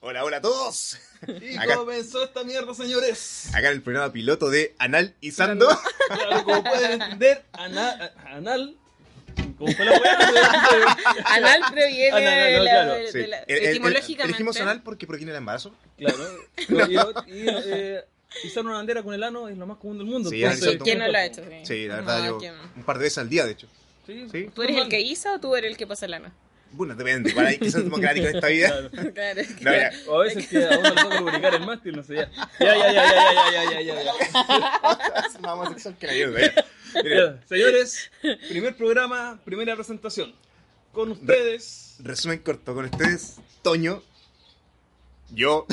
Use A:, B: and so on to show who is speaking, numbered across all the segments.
A: Hola, hola a todos.
B: Y
A: Acá-
B: comenzó esta mierda, señores.
A: Acá en el programa piloto de Anal y Sando.
B: Claro, como pueden entender, ana- a- anal. Como fue la weá,
C: Anal proviene
B: Ah, no, no, no,
C: de la,
B: claro.
C: de la-
A: Sí.
C: de la-
A: Eh, eh, eh,
C: etimológicamente.
A: Elegimos Anal porque proviene el embarazo.
B: Claro. No, y lo- y, eh, pisar una bandera con el ano es lo más común del mundo.
A: Sí,
B: entonces-
A: exacto.
C: ¿Quién no lo ha hecho? Sí,
A: Sí, la verdad,
C: No,
A: yo
C: ¿quién no?
A: un par de veces al día, de hecho.
B: Sí,
A: Sí.
C: ¿Tú eres el que hizo o tú eres el que pasa lana?
A: Bueno, depende, igual hay que ser democrático en esta vida.
B: Claro.
C: Claro. es que-
A: No, ya.
B: O a veces que a uno le toca lubricar el mástil, no sé. Ya, ya, ya, ya, ya, ya, ya, ya, ya, ya.
A: Vamos a hacer que la ayude. ya. Mira,
B: Ya, Señores, primer programa, primera presentación. Con ustedes,
A: resumen corto con ustedes. Toño, yo,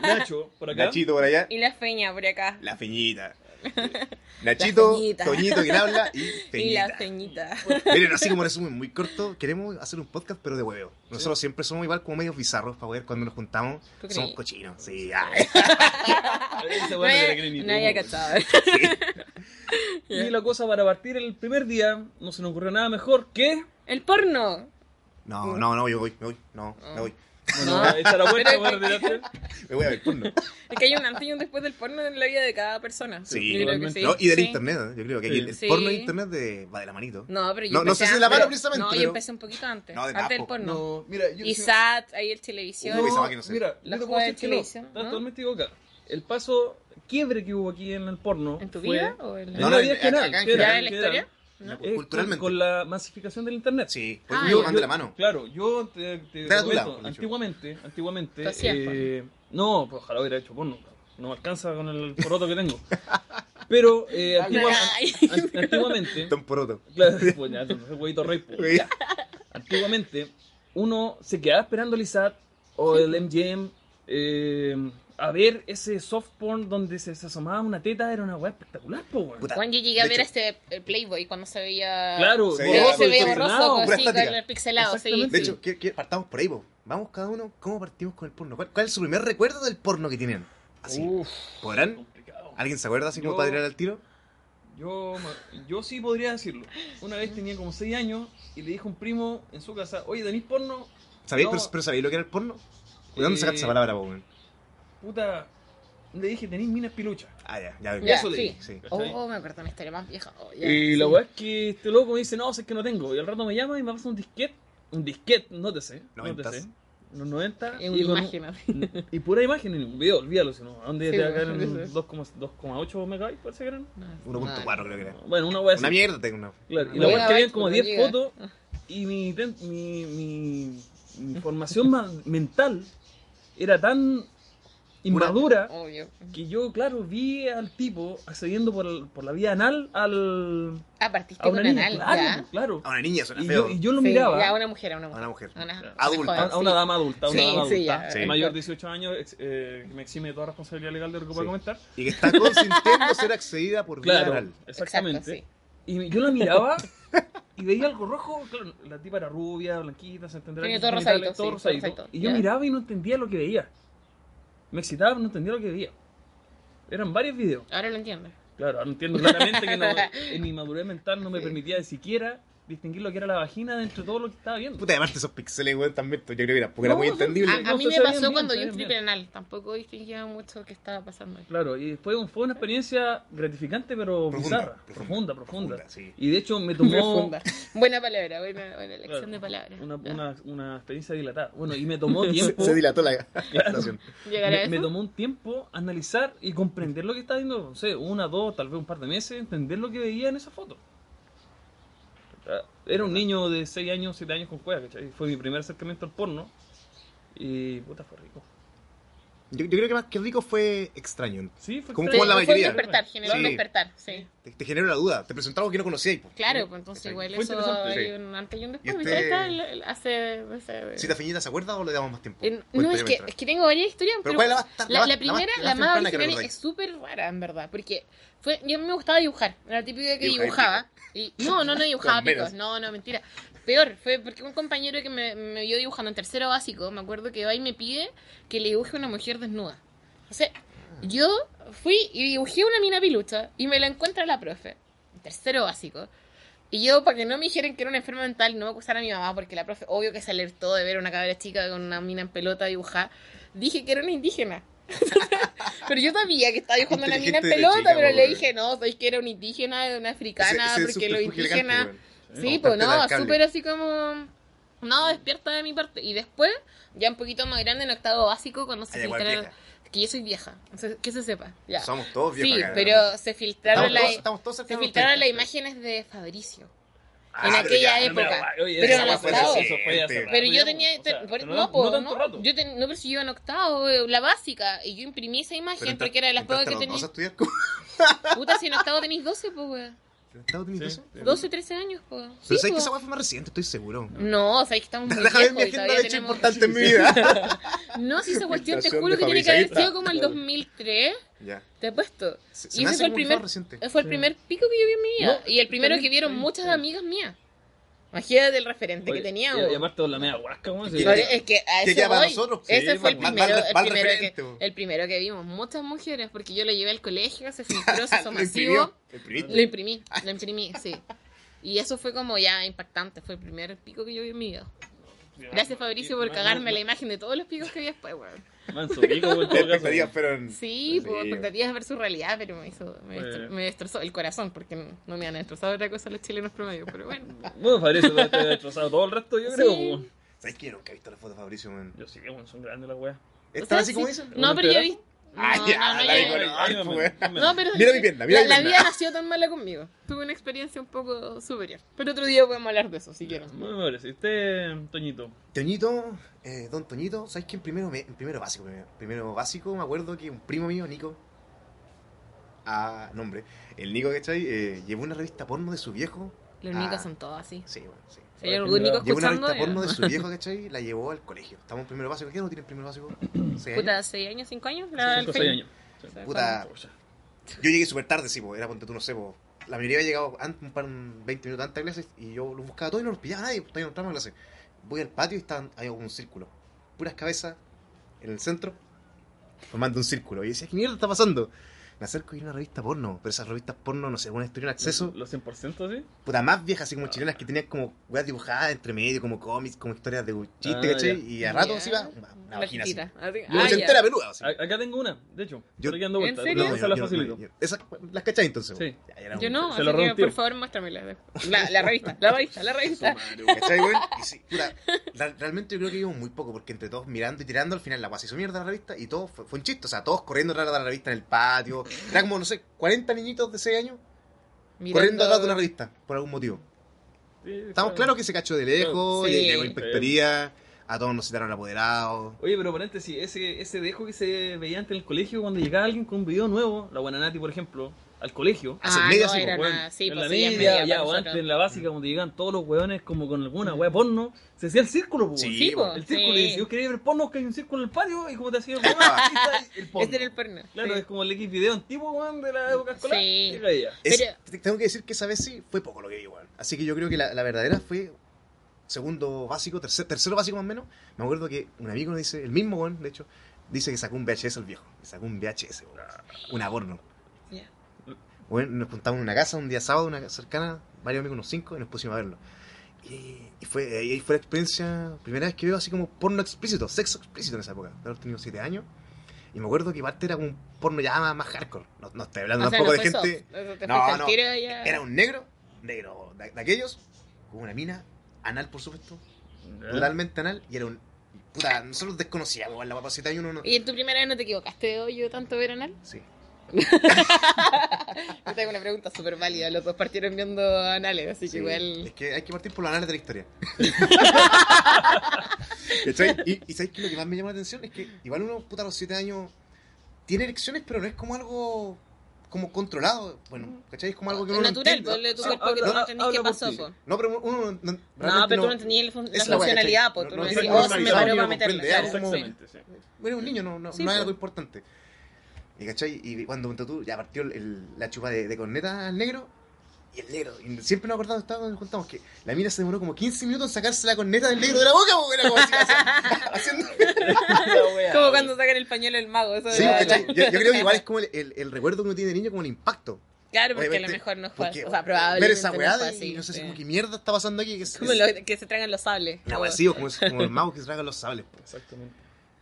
B: Nacho, por acá.
A: Nachito por allá,
C: Y la feña por acá.
A: la feñita. Nachito,
C: La Feñita.
A: Toñito quien habla y
C: Y la
A: Feñita.
C: feñita.
A: Miren, así como resumen muy corto, queremos hacer un podcast pero de huevo. Nosotros siempre somos igual como medios bizarros para ver cuando nos juntamos.
C: ¿Tú creí?
A: Somos cochinos, sí. ay.
B: A ver, esa weá no
C: No
B: la cree
C: había,
B: ni
C: no
B: tú.
C: había cachado.
B: Y la cosa para partir el primer día, no se nos ocurrió nada mejor que.
C: El porno.
A: No, no, no, yo voy, me voy, no,
C: Ah.
A: me voy.
B: Bueno, esta es la vuelta,
C: Pero-
B: voy a retirarte.
A: Me voy a ver porno.
C: Es que hay un antes y un después del porno en la vida de cada persona.
A: Sí,
C: yo creo que
B: totalmente.
C: sí.
A: No, y del
C: Sí.
A: internet, ¿eh? yo creo que aquí el
C: Sí.
A: porno e internet de, va de la manito.
C: No, pero yo
A: No, no sé
C: empecé
A: si la mano
C: antes.
A: precisamente,
C: No, yo
A: pero-
C: empecé un poquito antes.
A: No, de
C: antes del
A: nada, po.
C: porno.
B: No, mira, yo.
C: Y SAT, ahí el televisión.
A: Uy, esa máquina no sé.
B: Mira,
C: La
B: yo te puedo
C: jugada de
B: decir que no.
C: televisión,
B: Estás
A: Ah.
C: ¿no?
B: totalmente equivocada. El paso quiebre que hubo aquí en el porno.
C: ¿En tu
B: fue-
C: vida? ¿O en la...
A: No,
B: No,
A: no,
B: no,
A: en- acá en
B: que
C: ¿Ya
B: era,
C: en la
B: que era,
C: historia?
A: No,
B: eh,
A: pues, Culturalmente.
B: Con, con la masificación del internet.
A: Sí, por
C: Ah,
A: último,
C: yo-
A: van de la mano.
B: Claro, yo te, te
A: Está a tu
B: comento,
A: lado, por dicho.
B: antiguamente, antiguamente,
C: Tú hacías
B: eh, no, pues ojalá hubiera hecho porno, cabrón. no me alcanza con el poroto que tengo. Pero eh, antigua-
C: Ay.
B: an- antiguamente,
A: Don Poroto.
B: claro, pues ya, no sé, huevito rey, pues.
A: Güey,
B: antiguamente uno se quedaba esperando el ISAT o el MGM eh, a ver ese soft porn donde se, se asomaba una teta, era una weá espectacular, po, weón.
A: Puta.
C: Cuando yo llegué a
A: De
C: ver
A: hecho-
C: este el Playboy cuando se veía.
B: Claro,
A: Se
C: Se,
A: veía
B: borroso, pues,
C: se veía
B: distorsionado.
C: borroso,
A: pura
C: así, con
A: estática.
C: el pixelado, sí.
B: Exactamente.
A: De hecho, ¿qué- qué- partamos por ahí, po. Vamos cada uno, ¿cómo partimos con el porno? ¿Cuál, cuál es su primer recuerdo del porno que tienen? Así.
C: Uh.
B: Uf,
A: ¿Podrán?
B: complicado.
A: ¿Alguien se acuerda así como
B: Yo-
A: para tirar al tiro?
B: Yo, ma- yo sí podría decirlo. Una vez tenía como 6 años y le dijo un primo en su casa, oye, ¿tenéis porno?
A: ¿Sabéis,
B: No.
A: pero, pero sabéis lo que era el porno? ¿De dónde
B: Eh,
A: sacaste esa palabra, po, weón?
B: Puta, le dije, tenéis minas piluchas.
A: Ah, ya, ya.
C: Ya,
B: eso le
C: sí.
B: dije,
A: Sí.
B: ¿cachai?
C: Oh, me acuerdo una historia más vieja. Oh, ya,
B: Y
C: sí.
B: la weá es que este loco me dice, no, sé que no tengo. Y al rato me llama y me pasa un disquete. Un disquete, no te sé. No te
A: Noventas.
B: sé. Los 90.
C: Es
B: y,
C: una
B: con un-
C: imagen.
B: y pura imagen en un video, olvídalo. Si no, ¿a dónde
C: Sí,
B: te va a
C: bueno,
B: caer en
C: eso.
B: 2,8 megabytes? Parece que eran.
A: 1.4 creo que era.
B: Bueno, una weá
A: Una
B: así.
A: mierda tengo una.
B: Claro, y la
C: No
B: weá es que
C: llega,
B: habían como
C: no
B: 10
C: llega.
B: fotos. Y mi, ten- mi, mi, mi formación ma- mental era tan inmadura
C: Obvio.
B: que yo, claro, vi al tipo accediendo por, el- por la vía anal al.
C: Ah, partiste
B: A
C: con
B: una niña,
C: anal,
B: claro, pues,
C: ya.
B: claro.
A: A una niña suena
B: Y
A: Ah, feo.
B: yo, y yo lo
C: Sí,
B: miraba
C: ya, a una mujer, a una
A: A una
C: mujer.
A: mujer.
C: A una-
A: Adulta.
C: joven,
B: a, a una
C: sí.
B: dama adulta, a una
C: Sí,
B: dama
C: sí,
B: adulta,
C: ya.
A: Sí.
B: mayor de 18 años, ex- eh, que me exime de toda responsabilidad legal de lo que pueda
A: Sí.
B: comentar.
A: Y que está consintiendo ser accedida por vía
B: Claro,
A: anal.
B: exactamente.
C: Exacto,
B: Y yo la miraba y veía algo rojo, claro, la tipa era rubia, blanquita, se entenderá.
C: Tenía
B: que
C: todo
B: sus genitales,
C: rosadito,
B: todo
C: sí,
B: rosadito.
C: perfecto,
B: Y yo
C: ya.
B: miraba y no entendía lo que veía. Me excitaba, pero no entendía lo que veía. Eran varios videos.
C: Ahora lo entiendo.
B: Claro, ahora entiendo claramente que no- en mi madurez mental no me permitía ni siquiera distinguir lo que era la vagina de entre todo lo que estaba viendo.
A: Puta, además esos pixeles, weón, también. Yo creo que tampoco era
B: No, Ah,
A: muy
B: son-
A: entendible.
C: A,
B: no,
C: a mí
B: se
C: me
B: veían
C: pasó
B: bien,
C: cuando
B: se
C: yo
B: veían
C: triple anal. Tampoco distinguía mucho qué estaba pasando ahí.
B: Claro, y fue, un- fue una experiencia gratificante pero
A: Profunda,
B: bizarra,
A: profunda,
B: profunda, profunda.
A: profunda, sí.
B: Y de hecho me tomó
C: Profunda. Buena palabra, buena, buena elección
B: Claro,
C: de palabras.
B: una,
C: Ya.
B: una, una experiencia dilatada. Bueno, y me tomó
A: Se,
B: tiempo,
A: se dilató la situación.
C: Llegar a
B: me,
C: eso. Eh,
B: me tomó un tiempo analizar y comprender lo que estaba viendo, no sé, una, dos, tal vez un par de meses, entender lo que veía en esa foto. Ah, Era un niño de 6 años, 7 años con cueva, ¿cachai? Fue mi primer acercamiento al porno. Y puta, fue rico.
A: Yo, yo creo que más que rico fue extraño.
B: Sí, fue
A: Como-
C: Sí,
A: como la
C: fue un
A: mayoría.
C: despertar, generó un
A: Sí.
C: despertar, sí.
A: Te, te genera la duda. Te presentaba algo que no conocías. po.
C: Claro, pues entonces igual
B: Fue
C: eso
B: interesante,
C: hay
A: sí.
C: un antes y un
A: Y
C: después.
A: este-
C: Mira, está el- el- hace, no sé,
A: Si la feñita se acuerda o le damos más tiempo.
C: eh,
A: Pues
C: No, es
A: podríamos
C: que,
A: entrar.
C: es que tengo varias historias,
A: Pero
C: pero,
A: ¿cuál es la más- la
C: la,
A: más-
C: la
A: la
C: primera,
A: más- la
C: la
A: más
C: más
A: temprana que
C: original
A: recordáis?
C: es súper rara, en verdad, porque fue, yo me gustaba dibujar, era típico que
A: Dibujar
C: dibujaba. Y, no, no, no dibujaba
A: Con velas.
C: picos, no, no, mentira. Peor, fue porque un compañero que me, me vio dibujando en tercero básico, me acuerdo que va y me pide que le dibuje una mujer desnuda. O sea, yo fui y dibujé una mina pilucha y me la encuentra la profe, en tercero básico. Y yo, para que no me dijeran que era una enferma mental, no me acusara a mi mamá, porque la profe, obvio que se alertó de ver a una cabra chica con una mina en pelota dibujada. dije que era una indígena. pero yo sabía que estaba dejando una mina en
A: Inteligente de
C: pelota,
A: chica,
C: pero
A: po,
C: le
A: weón.
C: dije, no, soy que era una indígena, una africana,
A: Ese- ese
C: porque los
A: subterfugio legal,
C: indígenas...
A: po, weón.
C: Sí,
A: Como
C: pues
A: parte del
C: no,
A: cable.
C: súper así como. No, despierta de mi parte. Y después, ya un poquito más grande, en octavo básico, cuando se
A: Ay, igual
C: filtraron.
A: vieja.
C: Que yo soy vieja, entonces, que se sepa. Ya.
A: Somos todos viejos.
C: sí,
A: acá,
C: pero se
A: Estamos
C: filtraron,
A: todos,
C: la,
A: estamos todos
C: se
A: cercanos a los
C: filtraron
A: 30.
C: las imágenes de Fabricio.
A: Ah,
C: en
A: pero
C: aquella
A: ya,
B: No, pero,
C: época.
B: oye,
C: Pero
B: esa
C: en
B: weá fue
C: octavo.
B: hace- eso fue hace
A: Pero
B: rato,
C: Pero yo
B: digamos,
C: tenía.
B: o sea,
C: te-
B: pero
C: por- no, po,
B: tanto
C: no.
B: rato.
C: Yo ten- no, pero si yo iba en octavo, eh, la básica. Y yo imprimí esa imagen
A: Pero
C: porque era de las
A: entraste
C: pruebas que
A: a los
C: tenía.
A: dos a estudiar como-
C: Puta, si en octavo tenéis 12, pues, weón.
A: ¿Estaba teniendo
B: Sí.
A: eso?
B: Pero
C: 12, 13 años, pues.
A: Pero sabes que esa weá fue más reciente, estoy seguro.
C: No, o sea, es que estamos muy
A: Deja ver mi
C: viejos y
A: agenda de hecho
C: todavía tenemos...
A: importante en mi vida.
C: No, si esa cuestión te
A: Filtración
C: juro
A: de
C: que tiene que
A: Fabrice, ahí
C: haber
A: está.
C: sido como el 2003,
A: ya.
C: te he puesto.
A: Se,
C: Y
A: se me hace
C: ese fue el
A: como que fue
C: primer,
A: más reciente.
C: fue el primer pico que yo vi en mi vida.
B: No,
C: y el primero que
B: también,
C: vieron
B: sí,
C: muchas
B: sí.
C: amigas mías. Imagínate el referente
B: Oye,
C: que teníamos.
B: Y, y aparte la media huasca, weón. sí.
A: Y-
C: Pero es que a
A: que
C: eso
A: ya para
C: voy.
A: nosotros, pues,
C: Ese
B: sí,
C: fue el
B: mal-
C: primero,
A: mal- mal
C: el, primero
A: referente, pues.
C: que,
A: po.
C: el primero que vimos. Muchas mujeres, porque yo lo llevé al colegio, se filtró, se hizo
A: Lo imprimió,
C: masivo.
A: lo imprimiste.
C: Lo imprimí, lo imprimí, sí. Y eso fue como ya impactante, fue el primer pico que yo vi en mi vida. Gracias Fabricio por
B: Man-
C: cagarme
B: man-
C: la imagen de todos los picos que vi después, weón.
B: Manso pico, weón, en todo caso.
A: Expectativas fueron-
C: Sí, por
A: Sí.
C: expectativas versus realidad, pero me hizo, me,
B: Bueno.
C: destro- me destrozó el corazón, porque no, no me han destrozado otra cosa los chilenos promedio, pero bueno.
B: Bueno, Fabricio te ha destrozado todo el resto, yo
C: Sí.
B: creo, weón.
A: ¿Sabes que yo nunca he visto la foto de Fabricio, man?
B: Yo sí, weón, son grandes las weas.
C: O
A: ¿Estaba
C: sea,
A: así como
C: sí.
A: dicen?
C: No,
B: ¿Un
C: pero yo vi...
B: entero?
C: No,
A: Ah, ya,
C: no, no,
A: la
C: yo-
A: digo, no. Ay, pues.
C: no, pero
A: Mira mi pierna, mira
C: la,
A: mi
C: la
A: pierna.
C: vida nació tan mala conmigo. Tuve una experiencia un poco superior. Pero otro día podemos hablar de eso, si quieres.
B: Muy me parece. Este, Toñito.
A: Toñito, eh, don Toñito, ¿sabes quién primero, me- en primero básico? Primero, primero básico, me acuerdo que un primo mío, Nico, ah, nombre, el Nico, ¿cachai? Eh, llevó una revista porno de su viejo.
C: Los
A: Ah.
C: únicos son todos así.
A: Sí, bueno, sí.
C: Si hay algún único
A: Llevó una
C: escuchando...
A: revista porno
C: ya.
A: de su viejo, ¿cachai? La llevó al colegio. Estamos en primero básico. ¿Qué no tienen primero básico? Seis años.
C: Puta, ¿6 años? ¿5 años? La- el
B: Cinco, seis años.
C: Facebook.
B: Sí.
A: Puta, yo llegué súper tarde, sí, po, era ponte tú, no sé, po. La mayoría había llegado an- un par, un 20 minutos antes de clases y yo los buscaba todos y no los pillaba nadie, todavía no entramos a clase. Voy al patio y estaban, hay un círculo. Puras cabezas en el centro, formando un círculo. Y decía, ¿qué mierda está pasando? Me acerco y era una revista porno, pero esas revistas porno, no sé, una historia en acceso,
B: ¿Los 100% así?
A: puta, más viejas,
B: Ah.
A: así como chilenas, que tenían como weas dibujadas entre medio, como cómics, como historias de chiste,
B: Ah,
A: ¿cachai?
B: ya.
A: Y a rato
C: Ya.
A: así va, una, una vagina así.
C: Larguita, así.
B: Yo
C: Ah,
A: Una
B: me
C: ya.
A: entera peluda, así.
B: A- acá tengo una, de hecho.
A: Yo-
B: Yo, dando vuelta.
C: ¿En serio?
A: No,
B: se
A: yo-
B: la
A: yo-
B: facilito.
A: yo- esas- las cachai entonces.
B: Sí.
A: po. Ya, era
C: Yo
A: un-
C: no,
B: Se
C: así
B: lo
C: que
B: rompió.
C: por favor muéstramela. La, la revista, la revista, la revista.
A: ¿Cachai, güey? Y sí, puta, la- realmente yo creo que vimos muy poco, porque entre todos mirando y tirando, al final la guasa se hizo mierda la revista y todo fue, fue un chiste. O sea, todos corriendo atrás de la revista en el patio. Era como, no sé, 40 niñitos de 6 años corriendo atrás de una revista, por algún motivo.
B: Sí,
A: Estamos
B: fue-
A: claros que se cachó de lejos,
C: Sí.
A: y llegó inspectoría, a todos nos citaron apoderados.
B: Oye, pero paréntesis, ese, ese dejo que se veía antes en el colegio cuando llegaba alguien con un video nuevo, la Guananati, por ejemplo, al colegio.
A: Hace
C: Ah,
A: media
C: no,
A: así,
C: era
A: pues,
C: nada. Sí,
B: en
C: pues
B: la
C: sí, ya es
B: media,
C: media
B: ya,
C: para
B: o antes,
C: nosotros. Mm.
B: en la básica, cuando llegaban todos los hueones como con alguna hueá porno, se hacía el círculo, po,
A: Sí,
B: weón.
C: Sí,
A: po.
C: po,
B: El círculo,
C: Oh, sí.
B: y si yo quería ver porno, que hay un círculo en el patio, y como te hacía el porno, el porno.
C: Este era el porno.
B: Claro,
C: sí. Mm,
B: es como el X video antiguo, weón, de la época escolar.
C: Sí.
B: Llega ella.
A: Es-
C: Pero-
A: te- tengo que decir que esa vez sí fue poco lo que vi, weón. Así que yo creo que la, la verdadera fue segundo básico, tercer, tercero básico más o menos. Me acuerdo que un amigo nos dice, el mismo weón, de hecho, dice que sacó un VHS el viejo. Que Sacó un VHS, weón. Una porno.
C: Ya.
A: Weón, nos juntamos en una casa un día sábado, una casa cercana, varios amigos, unos cinco, y nos pusimos a verlo. Y, y fue, y ahí fue la experiencia, primera vez que veo así como porno explícito, sexo explícito en esa época. De haber tenido siete años. Y me acuerdo que parte era como un porno ya más, más hardcore. No, no estoy hablando
C: O sea,
A: tampoco
C: no
A: de
C: fue
A: gente.
C: soft. Eso te
A: No,
C: fuiste al
A: no.
C: tiro ya.
A: Era un negro, negro de, de aquellos, con una mina, anal por supuesto,
B: Ah.
A: totalmente anal, y era un. Puta, nosotros desconocíamos weón, la papacita y uno no.
C: ¿Y en tu primera vez no te equivocaste de hoyo tanto ver anal?
A: Sí.
C: Yo tengo una pregunta súper válida. Los dos partieron viendo anales, así que
A: sí. Es
C: pues igual.
A: que hay que partir por los anales de la historia. ¿Cachai? y, y sabes que lo que más me llama la atención es que igual uno, puta, a los 7 años tiene erecciones, pero no es como algo como controlado. Bueno, ¿cachai? Es como algo que uno no
C: natural,
A: entiende.
C: pues, lo de tu
A: Sí.
C: cuerpo que
B: habla-
C: tú no entendís
B: habla
C: qué
B: por
C: pasó,
B: ti.
C: po.
A: No, pero uno no,
C: No,
A: realmente
C: pero tú no entendías la fun- la
A: Esa es la wea,
C: funcionalidad,
A: ¿cachai?
C: po.
A: No-
C: Tú
A: no
C: no
A: está
C: decís, oh, se me
A: normalizado,
C: paró
A: uno
C: para
A: no
C: meterla.
A: comprende,
C: claro.
A: algo.
B: Exactamente, sí.
A: Era un niño, no, no,
C: Sí,
A: no era
C: po.
A: algo importante. ¿Y cachai? Y cuando ponte tú, ya partió el- el- la chupa de, de corneta al negro. Y el negro, y siempre nos acordamos, estábamos, nos contamos que la mina se demoró como 15 minutos en sacarse la corneta del negro de la boca, porque era como así, haciendo.
B: La wea,
C: Como
B: weón.
C: cuando sacan el pañuelo del mago. Eso
A: Sí,
C: era-
A: ¿cachai? Yo, yo creo que igual es como el, el- el recuerdo que uno tiene de niño, como el impacto.
C: Claro, porque a lo
A: Obviamente,
C: mejor no fue
A: Porque
C: así. Pues, O sea, probablemente.
A: ver esa weá,
C: no fue
A: y
C: así,
A: no sé
C: sí.
A: como qué mierda está pasando aquí. Que es,
C: Como
A: es-
C: lo que se tragan los sables.
A: una wea así, o como, como los magos que tragan los sables.
B: Exactamente.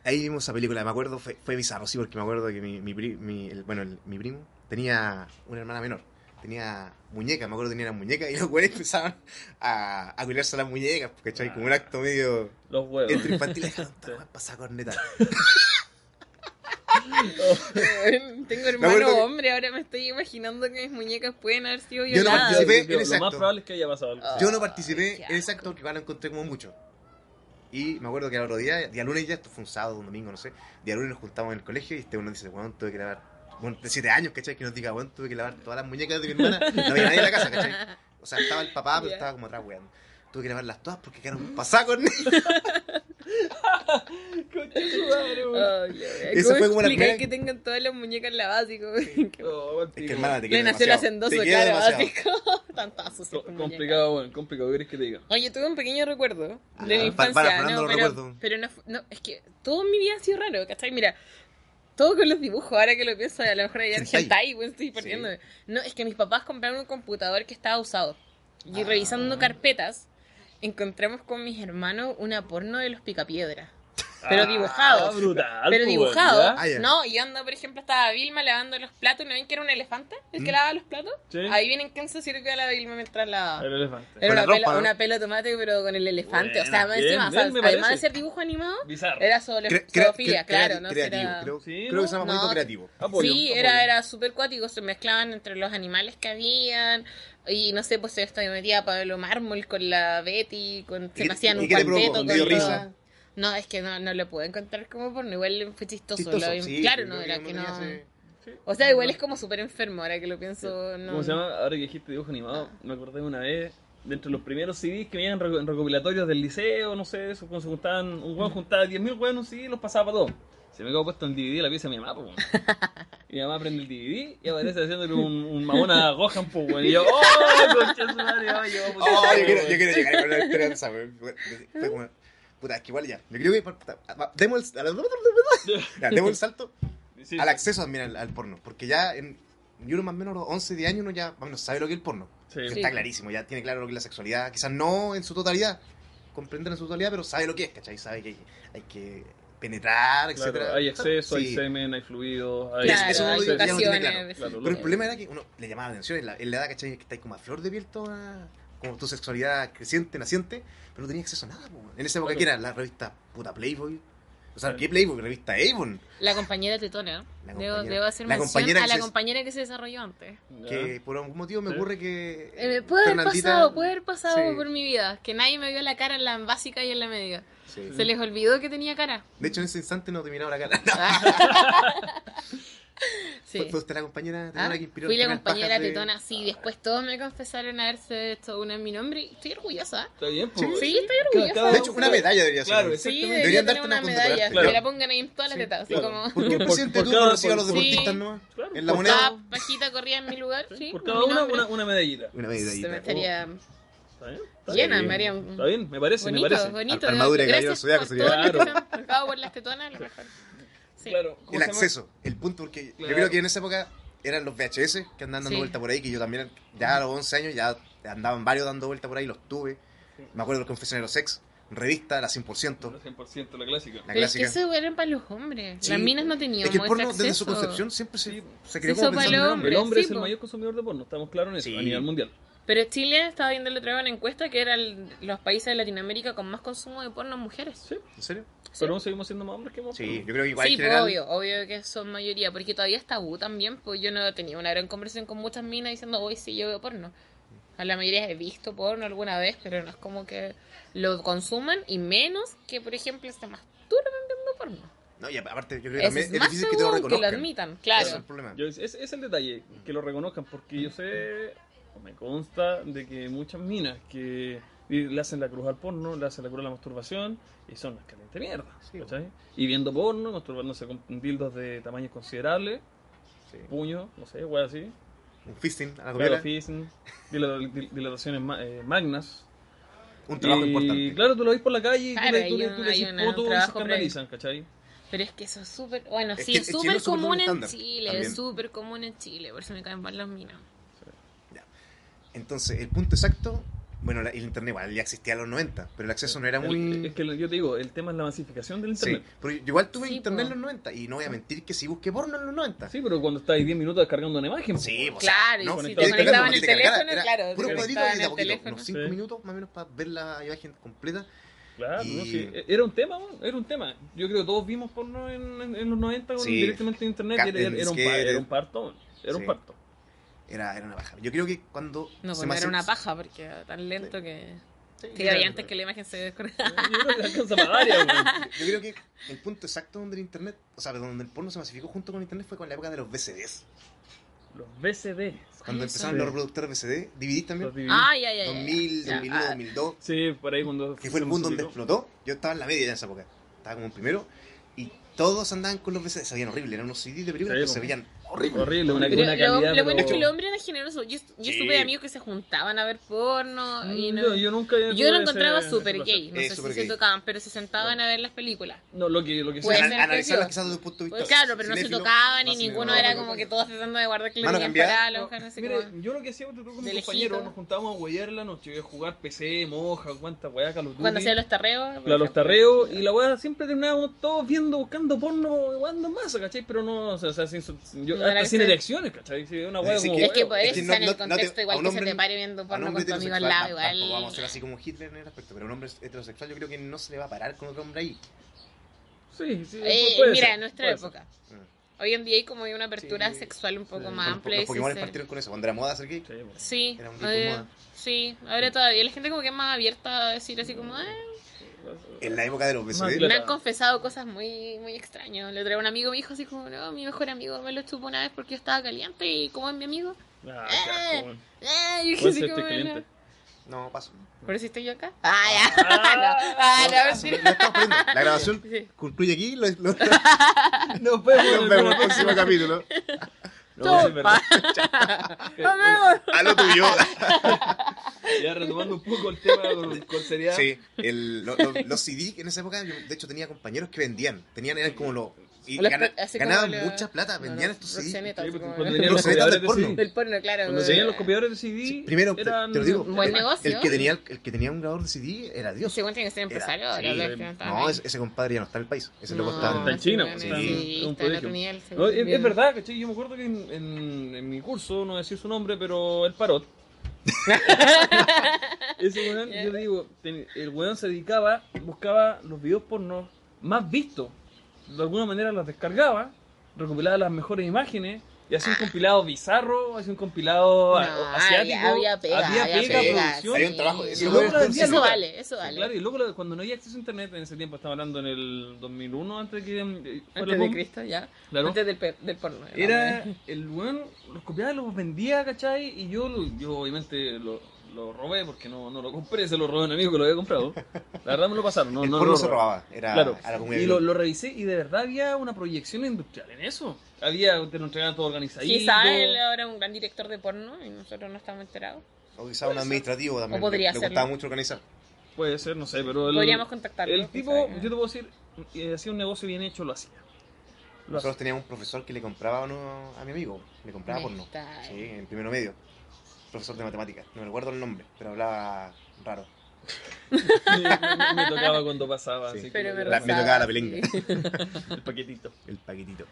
A: Ahí vimos esa película, me acuerdo, fue, fue bizarro, sí, porque me acuerdo que mi, mi, pri- mi- el- bueno, el- mi primo tenía una hermana menor, tenía muñeca, me acuerdo que tenía una muñeca y los güeyes empezaban a, a cuidarse las muñecas, pues, ¿cachai? Como un acto medio
B: Los huevos.
A: entre infantil, dejaron pasar corneta.
C: Tengo
A: acuerdo
C: hermano
A: que-
C: hombre, ahora me estoy imaginando que mis muñecas pueden haber sido
A: Yo no
C: violadas.
A: participé.
B: Yo- yo-
A: en ese
B: Lo más
A: acto.
B: probable es que haya pasado algo.
C: Ah.
A: Yo no
C: Ay,
A: participé
C: qué
A: en ese
C: asco.
A: acto que ahora encontré como mucho. Y me acuerdo que al otro día, día lunes ya, esto fue un sábado, un domingo, no sé, día lunes nos juntamos en el colegio y este uno dice, bueno, tuve que lavar, bueno, de siete años, ¿cachai? Que nos diga, bueno, tuve que lavar todas las muñecas de mi hermana, no había nadie en la casa, ¿cachai? O sea, estaba el papá, pero
C: Ya.
A: estaba como atrás, weón. Tuve que lavarlas todas porque quedaron pasadas con
B: Concha su madre, weón.
C: Ay, la wea.
A: Eso
C: Oh, ¿Cómo
A: fue como la
C: explicáis
A: primera-
C: que tengan todas las muñecas lavadas y como- que-
B: Oh, weón,
A: Es que
B: tío.
A: hermana, te
C: Le
A: quiero
C: nació el
A: demasiado.
C: hacendoso,
A: Te quiero
C: claro,
A: demasiado.
C: así como tantas sucias
B: Co-
C: con muñecas.
B: Complicado, weón, complicado. ¿Qué crees que te diga?
C: Oye, tuve un pequeño recuerdo de
A: Ah,
C: mi
A: pa-
C: infancia.
A: para, Fernando,
C: no,
A: lo
C: pero,
A: recuerdo.
C: pero no, fu- no, es que todo mi vida ha sido raro, ¿cachai? Mira, todo con los dibujos, ahora que lo pienso, a lo mejor hay
A: Hentai.
C: hentai, güey, estoy perdiéndome. No, es que mis papás compraron un computador que estaba usado.
A: Ah.
C: Y revisando carpetas, encontramos con mis hermanos una porno de los picapiedras. Pero
B: Ah,
C: dibujado.
B: brutal,
C: Pero
B: po,
C: dibujado,
B: weón, ¿ya?
A: Ah, ya.
C: ¿no? Y anda, por ejemplo, estaba Vilma lavando los platos. ¿No ven que era un elefante el que
A: Mm.
C: lavaba los platos?
B: Sí.
C: Ahí vienen quién se sirvió a la Vilma mientras la...
B: El elefante.
C: Era
A: Con la
C: una, pela,
A: ropa, ¿no?
C: una pela de tomate, pero con el elefante.
B: Buena,
C: o sea, más
B: bien,
C: encima, o
B: bien,
C: sea,
B: me
C: además
B: parece.
C: de ser dibujo animado,
B: Bizarro.
C: era sobre
A: Cre- cre-
C: zoofilia,
A: cre-
C: claro,
A: cre-
C: ¿no?
A: creativo,
C: Era-
A: creo,
B: Sí,
A: creo
B: no,
A: que se llama bonito
C: no.
A: creativo.
B: Apoyo,
C: sí,
B: apoyo.
C: era, era súper cuático, se mezclaban entre los animales que habían, y no sé, pues se estaba- metía Pablo Mármol con la Betty, con, se
A: qué-
C: me hacían
A: y
C: un
A: qué te provocó?
C: cuarteto con
A: ¿Te dio
C: toda-
A: risa?
C: No, es que no, no lo pude encontrar como porno, igual fue chistoso.
A: Chistoso,
C: lo-
A: sí,
C: claro,
A: yo
C: no,
A: creo
C: era
A: uno
C: que
A: tenía
C: no...
A: ese-
C: O sea, igual es como súper enfermo, ahora que lo pienso, no...
B: ¿Cómo se llama? Ahora que dijiste dibujo animado, me acordé una vez, de entre los primeros CDs que venían en reco- en recopilatorios del liceo, no sé, eso, cuando se juntaban, un hueón juntaba 10.000 hueones en un CD y los pasaba para todos. Se me quedó puesto en DVD la pieza de mi mamá, po, weón. Y mi mamá prende el DVD y aparece haciéndole un, un mamona a Gohan, po, weón. Y yo, ¡oh, concha de su madre! ¡Ay, yo, puta,
A: Oh, yo,
B: weón".
A: quiero, yo quiero llegar con la esperanza, weón. Fue como- Puta, es que igual ya. Yo creo que. puta, Demos el, ya, demos el salto
B: Sí,
A: al acceso también al, al porno. Porque ya, en, y uno más o menos a los 11, de años, uno ya más o menos sabe lo que es el porno.
B: sí.
A: Que
C: Sí.
A: Está clarísimo, ya tiene claro lo que es la sexualidad. Quizás no en su totalidad, comprender en su totalidad, pero sabe lo que es, ¿cachai? Sabe que hay, hay que penetrar,
B: Claro,
A: etcétera.
B: hay exceso, hay
A: Sí.
B: semen, hay fluidos, hay...
C: Claro,
A: eso no
C: hay
A: lo- ya lo tiene
C: ocasiones.
A: claro.
B: Claro,
A: Pero el problema era que uno le llamaba la atención en la, en la edad, ¿cachai? Que estáis como a flor de piel toda, como tu sexualidad creciente, naciente, pero no tenía acceso a nada, po. En esa época,
B: Claro.
A: que era? La revista puta Playboy. O sea,
B: Claro.
A: ¿qué Playboy? Revista Avon.
C: La compañera tetona.
A: La
C: Debo,
A: compañera-
C: debo hacer
A: la
C: mención
A: compañera
C: a
A: que
C: la
A: se-
C: compañera que se desarrolló antes.
B: Ya.
A: Que por algún motivo me
B: Sí.
A: ocurre que.
C: Eh, puede haber
A: Fernandita-
C: pasado, puede haber pasado
A: Sí.
C: por mi vida. Que nadie me vio la cara en la básica y en la media.
A: Sí.
C: Se les olvidó que tenía cara.
A: De hecho, en ese instante no te miraba la cara. No.
C: Ah, Sí.
A: Fue- Fue usted la compañera tetona
C: Ah,
A: que inspiró
C: Fui
A: las
C: la
A: primeras
C: compañera
A: pajas de- Ah.
C: tetona, sí. Después todos me confesaron haberse hecho una en mi nombre. y Estoy orgullosa.
B: Está bien, Pues, po,
C: Sí,
B: weón.
C: estoy
B: Cada- cada
C: orgullosa.
A: De hecho, una medalla debería ser.
B: Claro,
A: ¿no?
B: es-
C: Sí,
B: exactamente.
C: debería
A: Deberían
C: tener
A: darte
C: una
A: una
C: medalla.
A: condecorarte.
C: Que me la
B: Claro.
C: pongan ahí en todas las
A: Sí,
C: tetas. Así
B: claro.
C: como.
A: ¿Por qué el
B: Por-
A: presidente
B: por
A: tú
B: cada-
A: no recibe a los
B: por-
C: sí.
A: deportistas nomás?
B: Claro,
A: En la
B: por
A: moneda.
C: Cada pajita corría en mi lugar. Sí,
B: Por
C: con
B: cada
C: mi
B: una,
C: nombre.
B: una, una medallita.
A: Una
C: Se me
A: medallita. oh.
C: estaría
B: Está bien, está bien.
C: llena, me haría un-
B: Está bien, me parece,
C: Bonito,
B: me parece.
C: bonito.
A: Ar- armadura de
C: Gracias
A: caballero zodiaco
C: por todo
B: sería.
C: lo que
B: Claro.
C: se han tocado por las tetonas, lo mejor. Sí.
B: Claro.
A: El
B: ¿cómo se llama?
A: acceso, el punto, porque
B: Claro.
A: yo creo que en esa época eran los VHS que andaban dando
C: Sí.
A: vuelta por ahí, que yo también, ya a los 11 años, ya andaban varios dando vuelta por ahí, los tuve.
B: Sí.
A: Me acuerdo de los confesionarios sex, revista, la 100%,
B: 100% la clásica.
A: la
C: Pero es que
A: clásica.
C: eso era para los hombres.
A: Sí.
C: Las minas no tenían
A: Es que el
C: ese
A: porno,
C: acceso.
A: desde su concepción, siempre
B: Sí.
A: se, se
C: Se
A: creó
C: hizo
A: como pensando
C: para
A: en
C: los
A: el hombre.
B: El hombre
C: sí,
B: es el
C: po.
B: mayor consumidor de porno, estamos claros en eso,
A: Sí.
B: a nivel mundial.
C: Pero Chile estaba viendo el otro día una encuesta que eran los países de Latinoamérica con más consumo de porno en mujeres.
B: Sí,
A: ¿En serio?
B: pero aún seguimos siendo más hombres que mujeres.
A: Sí, yo creo que igual
C: sí,
A: en
C: pues,
A: general...
C: obvio, obvio que son mayoría, porque todavía es tabú también, pues yo no he tenido una gran conversación con muchas minas diciendo, hoy sí yo veo porno. A la mayoría he visto porno alguna vez, pero no es como que lo consuman y menos que, por ejemplo, se masturben viendo porno.
A: No, y aparte, yo creo que
C: Eso es
A: también es
C: más
A: difícil que te lo
C: tabú que lo
A: reconozcan.
C: admitan,
A: Ese es
C: claro.
A: el problema.
B: Yo- es, es el detalle, que lo reconozcan, porque yo sé, o me consta, de que muchas minas que le hacen la cruz al porno, le hacen la cruz a la masturbación, y son las caliente mierda.
A: Sí,
B: ¿cachai? Y viendo porno, masturbándose con dildos de tamaños considerables,
A: Sí.
B: puños, no sé, wey así,
A: Un fisting a la
B: claro,
A: comiera,
B: fisting, dilata- dil- dilataciones ma- eh, magnas.
A: un trabajo
B: y,
A: importante.
B: Claro, tú lo ves por la calle y
C: Claro,
B: tú le, tú
C: hay
B: le,
C: un-
B: tú le
C: hay
B: decís
C: una- un
B: poto y se
C: trabajo
B: escandalizan, ¿cachai?
C: Pero es que eso es súper, bueno,
A: Es
C: sí,
A: que
C: es
A: en Chile
C: súper
A: es súper
C: común en
A: estándar,
C: Chile, es
A: también.
C: súper común en Chile, por eso me caen mal las minas.
A: Entonces, el punto exacto Bueno, la- el internet igual ya existía a los 90, pero el acceso no era
B: El-
A: muy...
B: Es que lo- yo te digo, el tema es la masificación del
A: Sí,
B: internet.
A: pero yo igual tuve
C: Sí,
A: internet
C: po.
A: en los 90 y no voy a mentir que sí busqué porno en los 90.
B: Sí, pero cuando estáis 10 minutos descargando una imagen. pues,
A: Sí,
B: po.
A: o sea,
C: Claro, y
A: no,
C: si
A: y
B: te
A: descargando
B: conectaban
A: porque
C: el
A: te cargara,
C: teléfono,
A: era
C: claro,
A: Puro
B: te
A: cuadrito
C: conectaban
A: y de a
C: el
A: poquito,
C: teléfono.
A: unos 5
B: Sí.
A: minutos más o menos para ver la imagen completa.
B: Claro, ¿no?
A: Y-
B: Sí, e-, Era un tema, ¿no? era un tema. Yo creo que todos vimos porno en, en- en los 90 con-
A: Sí.
B: directamente en internet.
A: Ca-
B: Era, era- era un, pa-
A: disquete.
B: era un parto. Era un
A: Sí.
B: parto.
A: Era, era una paja. Yo creo que cuando...
C: No,
A: se
C: pues no
A: masi-
C: era una paja porque era tan lento que. Sí,
B: Claro.
C: había antes que la imagen se desconectara.
B: Yo creo que alcanza para varias, weón.
A: Yo creo que el punto exacto donde el internet, o sea, donde el porno se masificó junto con el internet fue con la época de los VCDs.
B: Los BCD.
A: Cuando
C: Eso.
A: empezaron los reproductores VCD, DVD
B: Los
A: también,
B: divididos.
C: Ah, ya, ya. ya, ya.
A: 2000,
C: Ya,
A: 2001,
C: ah,
A: 2002,
B: Sí, por ahí cuando.
A: que fue el
B: se
A: mundo donde
B: masificó.
A: explotó. Yo estaba en la media ya en esa época, estaba como en primero, y todos andaban con los VCDs, se veían horrible, eran unos CDs de películas
B: Sí,
A: que
B: po.
A: se veían horrible.
B: Horrible, una,
C: Pero
B: una
C: lo,
B: calidad.
C: lo bueno es
B: pero-
C: que el hombre era generoso. Yo, yo
A: Sí.
C: supe de amigos que se juntaban a ver porno. Y no,
B: No, Mm, yo nunca.
C: yo
B: tuve
C: lo
B: ese-
C: encontraba
B: ese
C: súper
B: placer.
C: gay. No
A: Eh,
C: sé si
A: súper
C: se
A: gay.
C: tocaban, pero se sentaban a ver las películas.
B: No, lo que, lo que
C: Puede
B: sí-
A: Ana-
C: ser que
A: analizarlas
C: sí.
A: quizás desde un punto de vista
C: Pues claro, pero no se
A: cinéfilo,
C: tocaban y
A: más
C: ninguno
A: cinéfilo.
C: era como que todos tratando de guardar que le
A: Mano
C: tenían
A: cambiada.
C: parada, la hoja, no sé
B: Mire,
C: cómo.
B: yo lo que hacía otro con mis
C: De lejito.
B: compañeros, nos juntábamos a huear en la noche, a jugar PC, moja, cuánta hueá, Call of Duty.
C: Cuando hacían los tarreos. por
B: la, los
C: ejemplo.
B: tarreos y la weá siempre terminábamos todos viendo, buscando porno, jugando en masa, ¿cachai? Pero no, o sea, o sea, sin, su- yo,
C: No era
B: hasta sin
C: que-
B: erecciones, ¿cachai? Sí, una weá
A: Sí,
B: como.
A: que-
C: Es que
B: huevo.
C: por
A: Es
C: eso
A: que
C: está
A: no-
C: en el
A: no- no te-
C: contexto,
A: a
C: igual
A: un
C: que
A: hombre-
C: se te pare viendo
A: A un
C: porno
A: hombre
C: con tu amigo
A: heterosexual
C: al lado.
A: tam- tampoco
C: Igual.
A: vamos a ser así como Hitler en el aspecto, pero a un hombre heterosexual yo creo que no se le va a parar con otro hombre ahí.
B: Sí, sí.
C: Eh,
B: puede
C: mira,
B: ser,
C: en nuestra
B: puede ser.
C: época. Hoy en día hay como una apertura
B: Sí.
C: sexual un poco
B: Sí.
C: más
A: Los-
C: amplia. y
A: los
C: sí
A: Pokémon
C: se-
A: partieron con eso, cuando era moda hacer gay.
B: Sí, bueno.
C: Sí,
A: Era un tipo
C: eh,
A: moda.
C: sí, ahora todavía la gente como que es más abierta a decir así como, eh,
A: En la época de los
B: Más
A: VCD.
B: Claro.
C: me han confesado cosas muy muy extrañas. Le traigo a un amigo, me dijo así como, no, mi mejor amigo me lo chupó una vez porque yo estaba caliente y como es mi amigo,
B: Ah, qué asco, weón.
C: eh, yo dije
B: Puede
C: así
B: ser
C: como,
B: este cliente.
C: no.
A: No, paso.
C: Por eso estoy yo acá. Ah,
B: Ah,
C: ya. no, ah,
A: No,
C: no,
A: paso,
C: mentira.
A: lo estamos poniendo. La grabación
C: Sí.
A: concluye aquí. Lo, lo-
B: Ah, Nos vemos en el
A: nos vemos en el
B: próximo-
A: próximo capítulo.
B: No, sí, es verdad. Eh,
C: Nos vemos.
A: A lo tuyo.
B: Ya retomando un poco el tema con, con seriedad.
A: Sí, el- lo- lo- los CD que en esa época, yo, de hecho, tenía compañeros que vendían. Tenían, eran como los. Y
C: Los
A: gana-
C: pe- así como
A: ganaban
C: la-
A: mucha plata,
C: no,
A: vendían
C: no,
A: estos CD.
B: Sí,
C: proxenetas, así
B: pues,
C: como-
B: cuando tenían los
A: Los editadores
B: copiadores de
A: porno.
B: CD.
C: Del porno, claro. pues.
B: Cuando
C: güey.
B: tenían los copiadores de CD.
A: Sí, primero, te,
B: eran-
A: te lo digo.
C: un buen
A: el-
C: negocio.
A: El que, tenía, el que tenía un grabador de CD era Dios.
C: Según tiene que ser empresario.
A: Era-
C: ahora,
B: sí,
C: los
B: sí.
C: que estaban
A: No,
C: ahí.
A: ese, ese compadre ya no está en el país. Ese loco
C: No,
A: está en-
B: está en China, pues,
C: sí,
A: está en-
C: sí,
B: es un
C: está en otro
B: prodigio.
C: nivel,
B: No, es,
C: seguro.
B: es verdad, ¿cachai? Yo me acuerdo que en, en- en mi curso, no decir su nombre, pero el parot. Ese weón, yo digo, ten- el weón se dedicaba, buscaba los videos porno más vistos. De alguna manera los descargaba, recopilaba las mejores imágenes y hacía un compilado bizarro, hacía un compilado a-
C: No,
B: asiático.
C: había- había pega, había
A: pega,
B: producción.
A: Había un trabajo.
C: Sí,
A: Ese
B: no,
A: loco
B: pero
A: era un
B: decía,
A: CD.
C: Eso vale, eso
B: Sí, Claro,
C: vale.
B: y luego la- cuando no había acceso a internet en ese tiempo, estaba hablando en el 2001, antes que. eh, fuera
C: Antes de
B: boom.
C: Cristo, ya.
B: Claro.
C: Antes del, per- del porno. ya,
B: Era
C: vale.
B: el weón, los copiaba, los vendía, ¿cachai? Y yo, lo- yo obviamente lo, lo robé porque no, no lo compré, se lo robé a un amigo que lo había comprado. La verdad me lo pasaron, no,
A: el
B: no
A: porno
B: lo
A: se
B: robé.
A: robaba. Era
B: Claro,
A: a la comunidad.
B: y lo, lo revisé y de verdad había una proyección industrial en eso. Había, te lo entregaban todo organizadito.
C: Quizá él ahora es un gran director de porno y nosotros no estamos enterados.
A: O quizá un administrativo también.
C: O podría
A: le, le
C: serlo.
A: gustaba mucho organizar.
B: Puede ser, no sé, pero el,
C: Podríamos contactarlo.
B: el
C: quizá,
B: tipo,
C: ya.
B: yo te puedo decir, eh, hacía un negocio bien hecho, lo hacía. Lo hacía.
A: Nosotros teníamos un profesor que le compraba uno a mi amigo. Le compraba
C: Me
A: porno.
C: está-
A: Sí, en primero medio. Profesor de matemáticas. No me recuerdo el nombre, pero hablaba raro.
B: me, me- me tocaba cuando pasaba.
A: Sí.
B: así que
C: Pero
B: lo-
C: me
A: La- me
C: rozaba,
A: tocaba la
C: sí.
A: pelinga.
B: el paquetito.
A: El paquetito.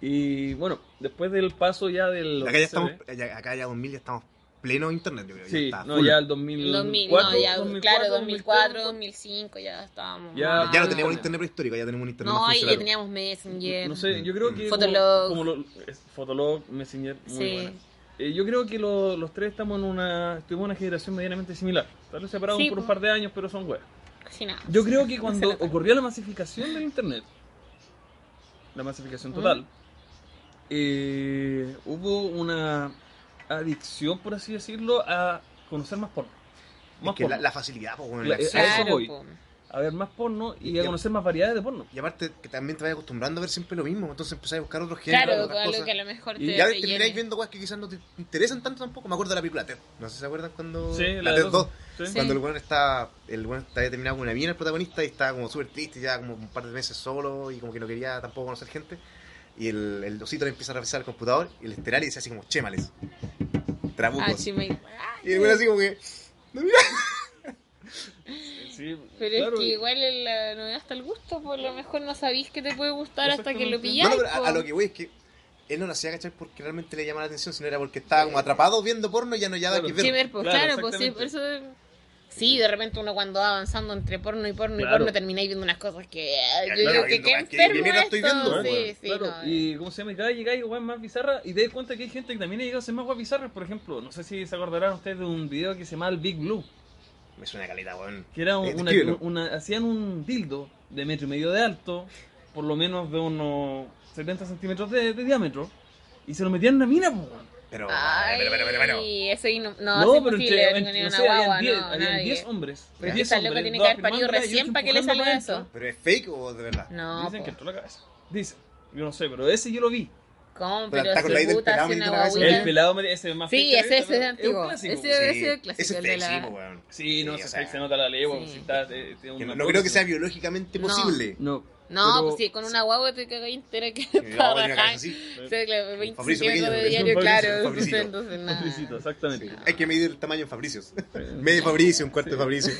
B: Y bueno, después del paso ya del.
A: Acá ya estamos, ya- acá ya 2000 ya estamos pleno internet, yo creo.
B: Sí,
A: ya está
B: no,
A: full.
B: ya el 2004.
C: 2000, no, ya,
B: 2004,
C: claro, 2004,
B: 2003.
C: 2005, ya estábamos.
B: Ya-
C: más-
A: Ya no
B: Ah.
A: tenemos internet prehistórico, ya tenemos un internet
C: No,
A: más
C: ahí ya
A: funcional.
C: teníamos Messenger.
B: No sé, yo creo que.
C: Fotolog.
B: Como, como lo- es Fotolog, Messenger, muy
C: Sí.
B: buena. Eh, yo creo que lo- los tres estamos en una. Tuvimos una generación medianamente similar. Tal vez separados
C: Sí,
B: por un
C: po.
B: par de años, pero son weas.
C: Casi nada.
B: Yo creo que cuando ocurrió la masificación del internet, la masificación total, eh, hubo una adicción, por así decirlo, a conocer más porno. Más
A: Es que la,
B: porno.
A: la facilidad, pues, bueno, el
B: La- eh,
A: acceso.
B: a eso
C: Claro,
B: voy.
C: po.
B: A ver más porno y,
A: Y-
B: a conocer más variedades de porno.
A: Y aparte que también te vas acostumbrando a ver siempre lo mismo, entonces empezás a buscar otros géneros,
C: Claro,
A: otras
C: algo
A: cosas.
C: que a lo mejor te.
B: Y
A: Y ya
C: rellene.
A: termináis viendo cosas que quizás no te interesan tanto tampoco. Me acuerdo de la película Ted. No sé si se acuerdan cuando. la
B: de
A: Ted 2.
B: Sí.
C: Sí.
A: Cuando el weón está. El weón está había terminado con una mina, el protagonista, y estaba como súper triste, ya como un par de meses solo, y como que no quería tampoco conocer gente. Y el, el osito le empieza a revisar el computador, y el esteral y dice así como, chémales.
C: Ah,
A: Trabucos.
C: sí, me-
A: y el weón así como que.
B: Sí,
C: Pero
B: claro,
C: es que igual en la novedad hasta el gusto, por lo mejor no sabís que te puede gustar hasta que lo
B: Exactamente.
C: pilláis.
A: No, no, pero a,
C: po.
A: a lo que voy es que él no lo hacía cachar porque realmente le llamaba la atención, sino era porque estaba como atrapado viendo porno y ya no hallaba
B: Claro.
A: que ver.
C: Sí, ver, pues
B: Claro,
C: claro, pues sí, por eso. Sí, de repente uno cuando va avanzando entre porno y porno
B: Claro.
C: y porno termináis viendo unas cosas que. Yo
A: claro,
C: digo que
A: viendo
C: qué
A: weas que ni
C: enfermo
A: mierda
C: esto.
A: estoy viendo,
C: sí,
A: weón.
C: sí,
B: claro,
C: no, eh.
B: y como se llama, y cada llegada igual más bizarra y te das cuenta que hay gente que también ha llegado a ser más guay bizarra. Por ejemplo, no sé si se acordarán ustedes de un video que se llamaba el Big Blue,
A: Me suena caleta, weón.
B: que era
A: Eh,
B: una,
A: escríbelo.
B: una- hacían un dildo de metro y medio de alto, por lo menos de unos 70 centímetros de, de diámetro, y se lo metían en una mina, po, weón.
A: Pero,
C: Ay,
A: pero, pero, pero, pero.
C: eso y no, no,
B: No,
C: no es
B: pero
C: imposible
B: entre,
C: haber
B: entre-
C: tenido
B: no
C: una
B: sé,
C: guagua,
B: habían 10
C: no,
B: habían
C: nadie.
B: 10 hombres.
C: Pero
B: 10
C: esa loca
B: hombres,
C: tiene
B: dos
C: que haber parido
B: afirmándola y
C: recién
B: ocho
C: pa' que le
B: empujándola adentro.
C: salga eso.
A: ¿Pero es fake o de verdad?
C: No,
B: Dicen
C: po.
B: que entró la cabeza. Dicen, yo no sé, pero ese yo lo vi.
C: ¿cómo?
A: Pero
C: Pero
A: está con
C: si
A: la idea del
C: puta,
A: pelado
C: si
A: metido
C: una
A: en la cabeza.
C: guagua-
B: El pelado me- ese es más
C: Sí,
B: fake que
C: ese- ese
B: pero
C: es antiguo.
B: un clásico,
C: Ese-
B: po.
C: debe ser el clásico,
A: Ese es
C: el de
A: fake,
C: la-
A: sí, po, weón.
B: Sí, no,
A: Sí,
B: se,
A: o sea,
B: se nota la legua.
C: sí.
B: si está, eh, tiene
A: que
B: una
A: No, no creo que sea
B: prótesis.
A: biológicamente
C: No.
A: posible.
B: No.
C: No,
B: pero-
C: pues sí, con una guagua te cagáis entera que
A: Que la
C: está
A: guagua tiene una cabeza
C: rajada. Sí,
A: así.
C: claro, 20
A: Fabricio
C: centímetros
A: pequeño,
C: de diario,
B: Fabricio,
C: claro.
A: Fabricito.
C: Entonces, nada.
B: Fabricito,
A: Sí.
B: exactamente.
A: Hay que medir el tamaño en Fabricios. Medio Fabricio, un cuarto de Fabricio.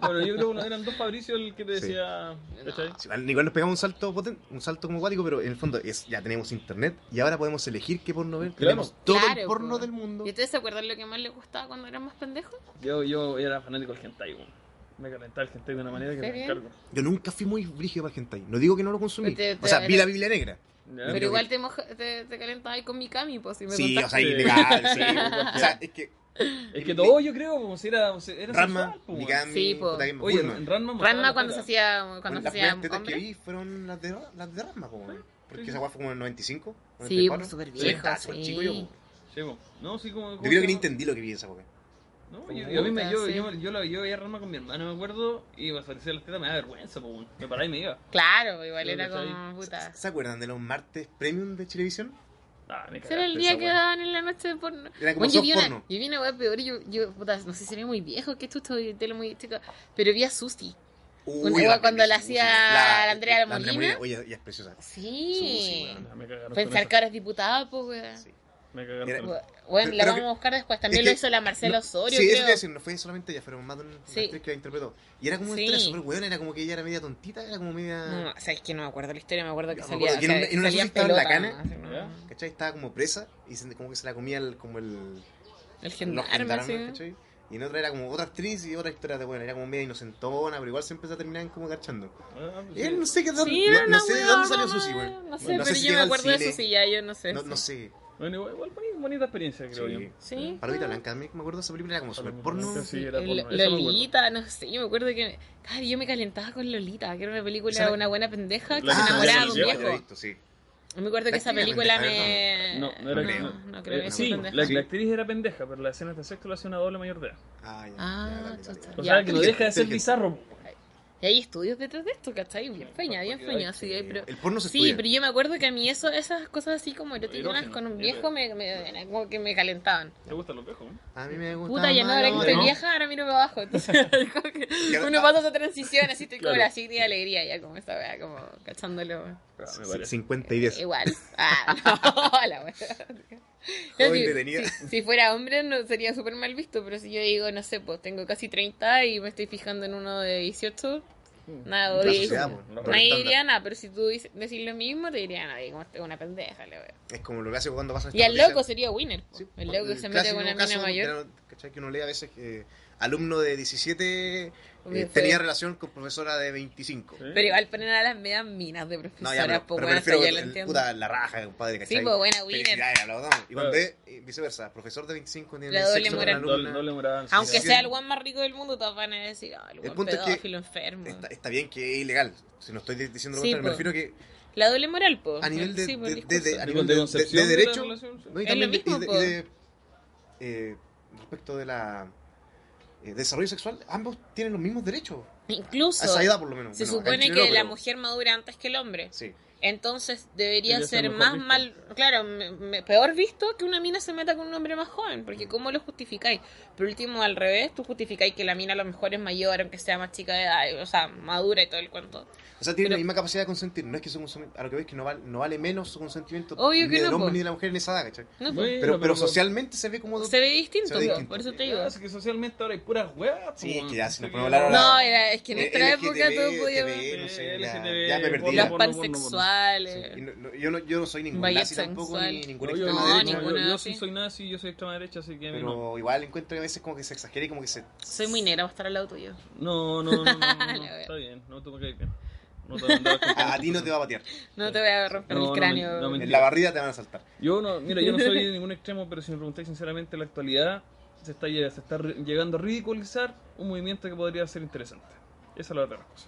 B: Bueno, yo creo que eran dos Fabricio el que te
A: Sí.
B: decía. ¿cachai?
A: Sí, al- Igual nos pegamos un salto poten- un salto como cuático, pero en el fondo es, ya tenemos internet y ahora podemos elegir qué porno ver.
B: Claro.
A: Tenemos todo el
C: Claro,
A: porno
C: po.
A: del mundo.
C: ¿Y ustedes se acuerdan lo que más les gustaba cuando eran más pendejos?
B: Yo, yo era fanático del hentai, weón. Me calentaba el hentai de una manera que
C: ¿En
B: me
C: serio?
B: encargo.
A: Yo nunca fui muy brígido para el hentai. No digo que no lo consumí.
C: Te- te-
A: o sea, vi la Biblia Negra.
B: ¿Ya?
C: Pero
A: creo
C: igual te, moja- te, te calentabas ahí con Mikami, pues si me
A: Sí, o
C: contaste.
A: sea, ilegal, sí. O sea, es que
B: Es que todo yo creo, como si era. como si era
A: Rama,
B: sexual, po, weón.
A: Mikami,
C: Sí, po.
A: puta, Game of
B: Oye,
A: Thurman.
B: en Ranma.
C: Ranma
B: mataba
C: cuando se
B: la
C: hacía,
A: Bueno,
C: cuando se
A: las
C: hacía
A: primeras tetas que
C: hombre.
A: vi fueron las de, las de Rama, po, weón. Porque
B: Sí.
A: esa weá fue como en el 95.
C: Sí,
A: 94.
C: pues, súper
A: Sí,
C: viejo,
A: estaba súper
C: sí.
A: chico yo, po.
B: cara. Sí, po. No, sí, como.
A: Yo creo que ni entendí lo que vi en esa época.
B: No, yo, yo, a mí me- yo,
C: Puta,
B: yo,
C: sí.
B: yo, la- yo veía Ranma con mi hermana, me acuerdo, y me aparecía las tetas, me da vergüenza, po, weón. Me paraba y me iba.
C: Claro, igual
B: Sí,
C: era
B: ¿cachai?
C: como puta.
A: ¿Se acuerdan de los martes premium de televisión?
B: Ah, me
C: Ese era el
B: cagaste
C: día
B: esa
C: que
B: weá.
C: daban en la noche de porno.
A: Era como
C: Bueno, yo
A: soft
C: vi una,
A: porno.
C: yo vi una wea peor y yo, yo, puta, no sé si era muy viejo, que esto de tele muy chica, pero vi a Susi.
A: Uy,
C: Una
A: la
C: wea cuando la
A: Susi,
C: hacía la Andrea Molina.
A: Oye, ella es preciosa. Susi,
C: Sí.
A: weón.
B: Ah, me cagaron con
C: Pensar
B: esa.
C: que ahora es diputada, pues wea.
A: Sí.
B: Me cagaron
A: Era-
B: con esa.
C: Bueno, la
A: Pero
C: vamos
A: que-
C: a buscar después.
A: es
C: También
A: que-
C: lo hizo la Marcela
A: no-
C: Osorio,
A: sí, eso te iba a
C: creo.
A: decir, no fue solamente ella, fueron más de una
C: Sí.
A: actriz que la interpretó. Y era como una
C: Sí.
A: historia súper weón, era como que ella era media tontita, era como media.
C: No, o sea, es que no me acuerdo la historia, me acuerdo que
A: Yo me
C: salía,
A: acuerdo que
C: o sea,
A: en una- en una
C: salía en
A: Susi estaba
C: pelota.
A: en la
C: nomás, ¿no?
B: ¿Ya?
A: ¿Cachai? Estaba como presa y se- como que se la comía el, como el.
C: El
A: los
C: gendarme,
A: gendarmes,
C: así.
A: ¿cachai? Y en otra era como otra actriz y otra historia de bueno, era como media inocentona, pero igual siempre se terminaban como cachando.
B: Ah, pues
A: Eh,
B: sí.
A: no sé, qué,
C: Sí,
A: no,
C: era
A: no
C: una
A: sé de
C: wea,
A: dónde salió
C: no,
A: Susi,
C: no,
A: weón.
C: No sé,
A: Bueno,
C: pero
A: si
C: yo me
A: llegó al
C: acuerdo de
A: cine.
C: Susi ya, yo no sé.
A: No,
C: sí.
A: no sé.
B: Bueno, igual, igual boni- bonita experiencia, creo
A: Sí.
B: yo.
C: Sí.
A: Palomita
C: claro.
A: Blanca, a mí me acuerdo de esa película, era como super
B: Palomita
A: porno.
B: Blanca, sí.
A: Sí,
B: era
C: L-
B: porno, eso me acuerdo.
C: Lolita, no sé, yo me acuerdo que ay, yo me calentaba con Lolita, que era una película
A: Esa-
C: de una buena pendeja que
B: La
C: se
B: que
C: enamoraba de
B: se
C: un
B: llama
A: Ah, la he
C: viejo.
A: visto, sí.
C: Yo me acuerdo
A: La
C: que esa
A: actriz era
C: película
A: pendeja,
C: me...
B: ¿no? No, no era
A: que-
C: no, no creo
B: Eh,
C: que
B: sí,
C: sea
B: la,
C: pendeja.
B: la actriz era pendeja, pero las escenas de sexo la hacía una doble mayor de edad.
A: Ah, ya.
C: Ah,
A: ya, dale,
C: chucha.
A: dale.
B: O
C: Ya.
B: sea, que no deja de ser
A: Inteligente.
B: bizarro.
C: Y hay estudios detrás de esto, ¿cachai? Bien feña, bien
B: porque hay
C: feña, sí, pero...
A: El porno se
C: Sí,
A: estudia.
C: pero yo me acuerdo que a mí eso, esas cosas así como eróticas
B: Erógeno,
C: con un
B: ya,
C: viejo me, me- era como que me calentaban.
B: ¿Te gustan los viejos? eh?
A: A mí me gusta.
C: Puta, ya no, ahora que
B: no,
C: estoy
B: no.
C: vieja, ahora miro para abajo. Entonces, como que
A: Ya,
C: uno
A: ah.
C: pasa esa transición, así estoy como
B: Claro.
C: la signa de alegría, ya como esa wea, como cachándolo.
B: Ah, me parece.
A: 50 y 10.
C: Igual. Ah, no, la wea.
A: Joven
C: No, si-
A: detenida.
C: si, si fuera hombre no sería súper mal visto, pero si yo digo, no sé, pues tengo casi 30 y me estoy fijando en uno de 18, nada,
A: La
C: obvio.
A: sociedad, pues, po,
B: No
A: por
C: Nadie
A: estándar.
C: diría nada, pero si tú dices- decís lo mismo, te dirían, nadie, como este es una pendeja, la wea.
A: Es como lo que hace cuando pasan
C: Y al
A: estas
C: loco
A: noticias.
C: sería winner. po.
A: Sí,
C: el loco que se mete
A: clásico
C: con una mina
A: caso
C: mayor.
A: que- ¿Cachai? Que uno lee a veces que eh, alumno de 17 eh,
C: Obvio, fue-
A: tenía relación con profesora de 25.
B: Sí.
C: Pero igual ponen a las medias minas de
A: No,
C: profesoras,
A: ya, pero,
C: po,
A: pero me
C: bueno, hasta
A: refiero
C: yo lo
A: el-
C: entiendo.
A: puta, la raja, compadre, ¿cachai?
C: Sí, pues buena winner.
A: Felicidades, aplaudamos. Y cuando
B: Claro.
A: es eh, viceversa, profesor de 25 tiene
C: La doble
A: sexo con una
C: moral.
B: Doble,
A: alumna.
B: doble moral. sí,
C: Aunque
B: ya.
C: sea el guan más rico del mundo, todos van a decir, ah, el
A: El
C: guan
A: punto es que
C: pedófilo enfermo.
A: Está, está bien que es ilegal, si no estoy diciendo lo
C: Sí,
A: contrario, me
C: po.
A: refiero que
C: La doble moral, po.
A: a nivel de,
C: Sí, pues, po,
A: de-
C: el
A: de-
C: discurso.
A: de- a
B: De
A: nivel de- de-
B: concepción
A: de
B: de la
A: derecho
B: relación, sí.
A: ¿no? y
C: Es
A: también
C: lo
A: de- y
C: mismo,
A: de-
C: po.
A: y de- eh, respecto de la eh, desarrollo sexual, ambos tienen los mismos derechos, a
C: Incluso,
A: esa edad por lo menos.
C: se
A: Bueno, acá en
C: supone
A: Chile
C: que
A: no,
C: la
A: pero-
C: mujer madura antes que el hombre.
A: Sí.
C: Entonces deberían
B: Debería ser
C: ser
B: mejor
C: más
B: visto.
C: mal, claro, me- me- peor visto que una mina se meta con un hombre más joven,
B: Mm.
C: porque ¿cómo lo justificáis? Por último, al revés, tú justificáis que la mina a lo mejor es mayor, aunque sea más chica de edad, o sea, madura y todo el cuento.
A: O sea, tiene
C: Pero-
A: la misma capacidad de consentir. No es que su consumen- a lo que ves que no vale, no vale menos su consentimiento
C: Obvio
A: ni
C: que
A: del
C: no,
A: hombre
C: po.
A: ni de la mujer en esa edad, ¿cachai?
C: No, pues,
B: Bueno,
A: Pero, pero,
B: pero-
A: socialmente se ve como.
C: se ve distinto,
A: se ve
C: po,
A: distinto.
C: por eso te digo.
B: Claro, es que socialmente ahora hay puras weas.
A: Sí,
B: po,
A: es que ya, si nos ponemos a
B: weón.
A: hablar
C: No,
A: ahora-
C: era, es que en
A: Eh,
C: nuestra
A: LGTB,
C: época todo podía
A: LGTB, no sé, ya,
B: LGTB,
A: ya me perdí.
C: Los
A: ya.
B: porno,
C: pansexuales.
A: Y no- no- yo, no, yo no soy ningún
C: Vaya
A: nazi tampoco, ni
C: sensual.
A: ningún
B: No, yo,
A: extremo
C: no,
A: derecho,
B: yo-
C: ninguna,
B: yo
C: sí.
B: sí soy nazi, yo soy extrema derecha, así que a mí no.
A: Pero igual encuentro que a veces como que se exagera y como que se...
C: Soy muy negra para estar al lado tuyo.
B: No, no, no, no, no, no,
C: La wea.
B: está bien, no te me caes bien. No te voy a andar con-
A: A, a ti no te va a patear.
C: No te voy a romper
B: No, no,
C: el cráneo.
B: men- no, men-
A: En la barrida te van a saltar.
B: Yo no, mira, yo no soy de ningún extremo, pero si me preguntáis sinceramente, en la actualidad se está, lle- se está re- llegando a ridiculizar un movimiento que podría ser interesante. Esa es la otra cosa.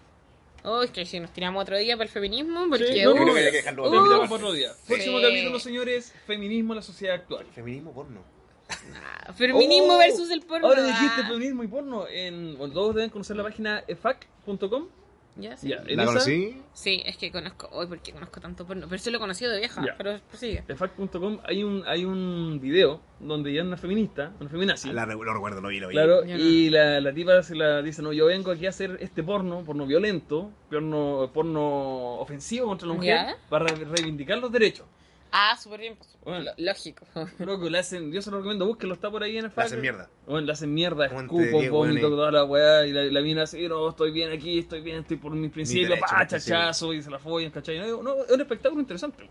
C: Oh, es que si nos tiramos otro día para el feminismo, porque
B: Sí,
A: Yo
B: no,
C: uh,
A: creo que
B: no,
A: hay que dejarlo
B: Lo
C: Uh,
A: para
B: invitamos
A: otro
B: para otro
A: día.
B: día. Próximo
C: Sí.
B: capítulo, señores, feminismo en la sociedad actual.
A: Feminismo porno.
C: ah, feminismo
B: Oh,
C: versus el porno.
B: Ahora dijiste
C: ah.
B: feminismo y porno. En, bueno, todos deben conocer la página efac.com.
C: Ya, sí.
B: Ya, en
A: ¿La
B: esa-
A: conocí?
C: Sí, es que conozco. Hoy, porque conozco tanto porno. Pero eso lo he conocido de vieja.
B: Ya.
C: Pero pues, sigue.
B: De fact.com hay un, hay un video donde ya una feminista, una feminazi,
A: Ah, La, lo recuerdo, lo vi, lo vi.
B: claro,
C: Ya
B: y la, la tipa se la dice, no, yo vengo aquí a hacer este porno, porno violento, porno, porno ofensivo contra la mujer,
C: Ya.
B: para reivindicar los derechos.
C: Ah, súper bien. pues,
B: Bueno.
C: lo- lógico.
B: Loco, le hacen, yo se lo recomiendo, búsquenlo, está por ahí en el
A: La
B: fac.
A: hacen mierda.
B: Bueno, le hacen mierda,
A: Ponte
B: escupo,
A: diez
B: vómito,
A: hueones.
B: toda la weá, y la, la mina así, no, estoy bien aquí, estoy bien, estoy por mis principios,
A: derechos,
B: pa,
A: mis
B: chachazo, y se la follan, ¿cachai? No, no, es un espectáculo interesante.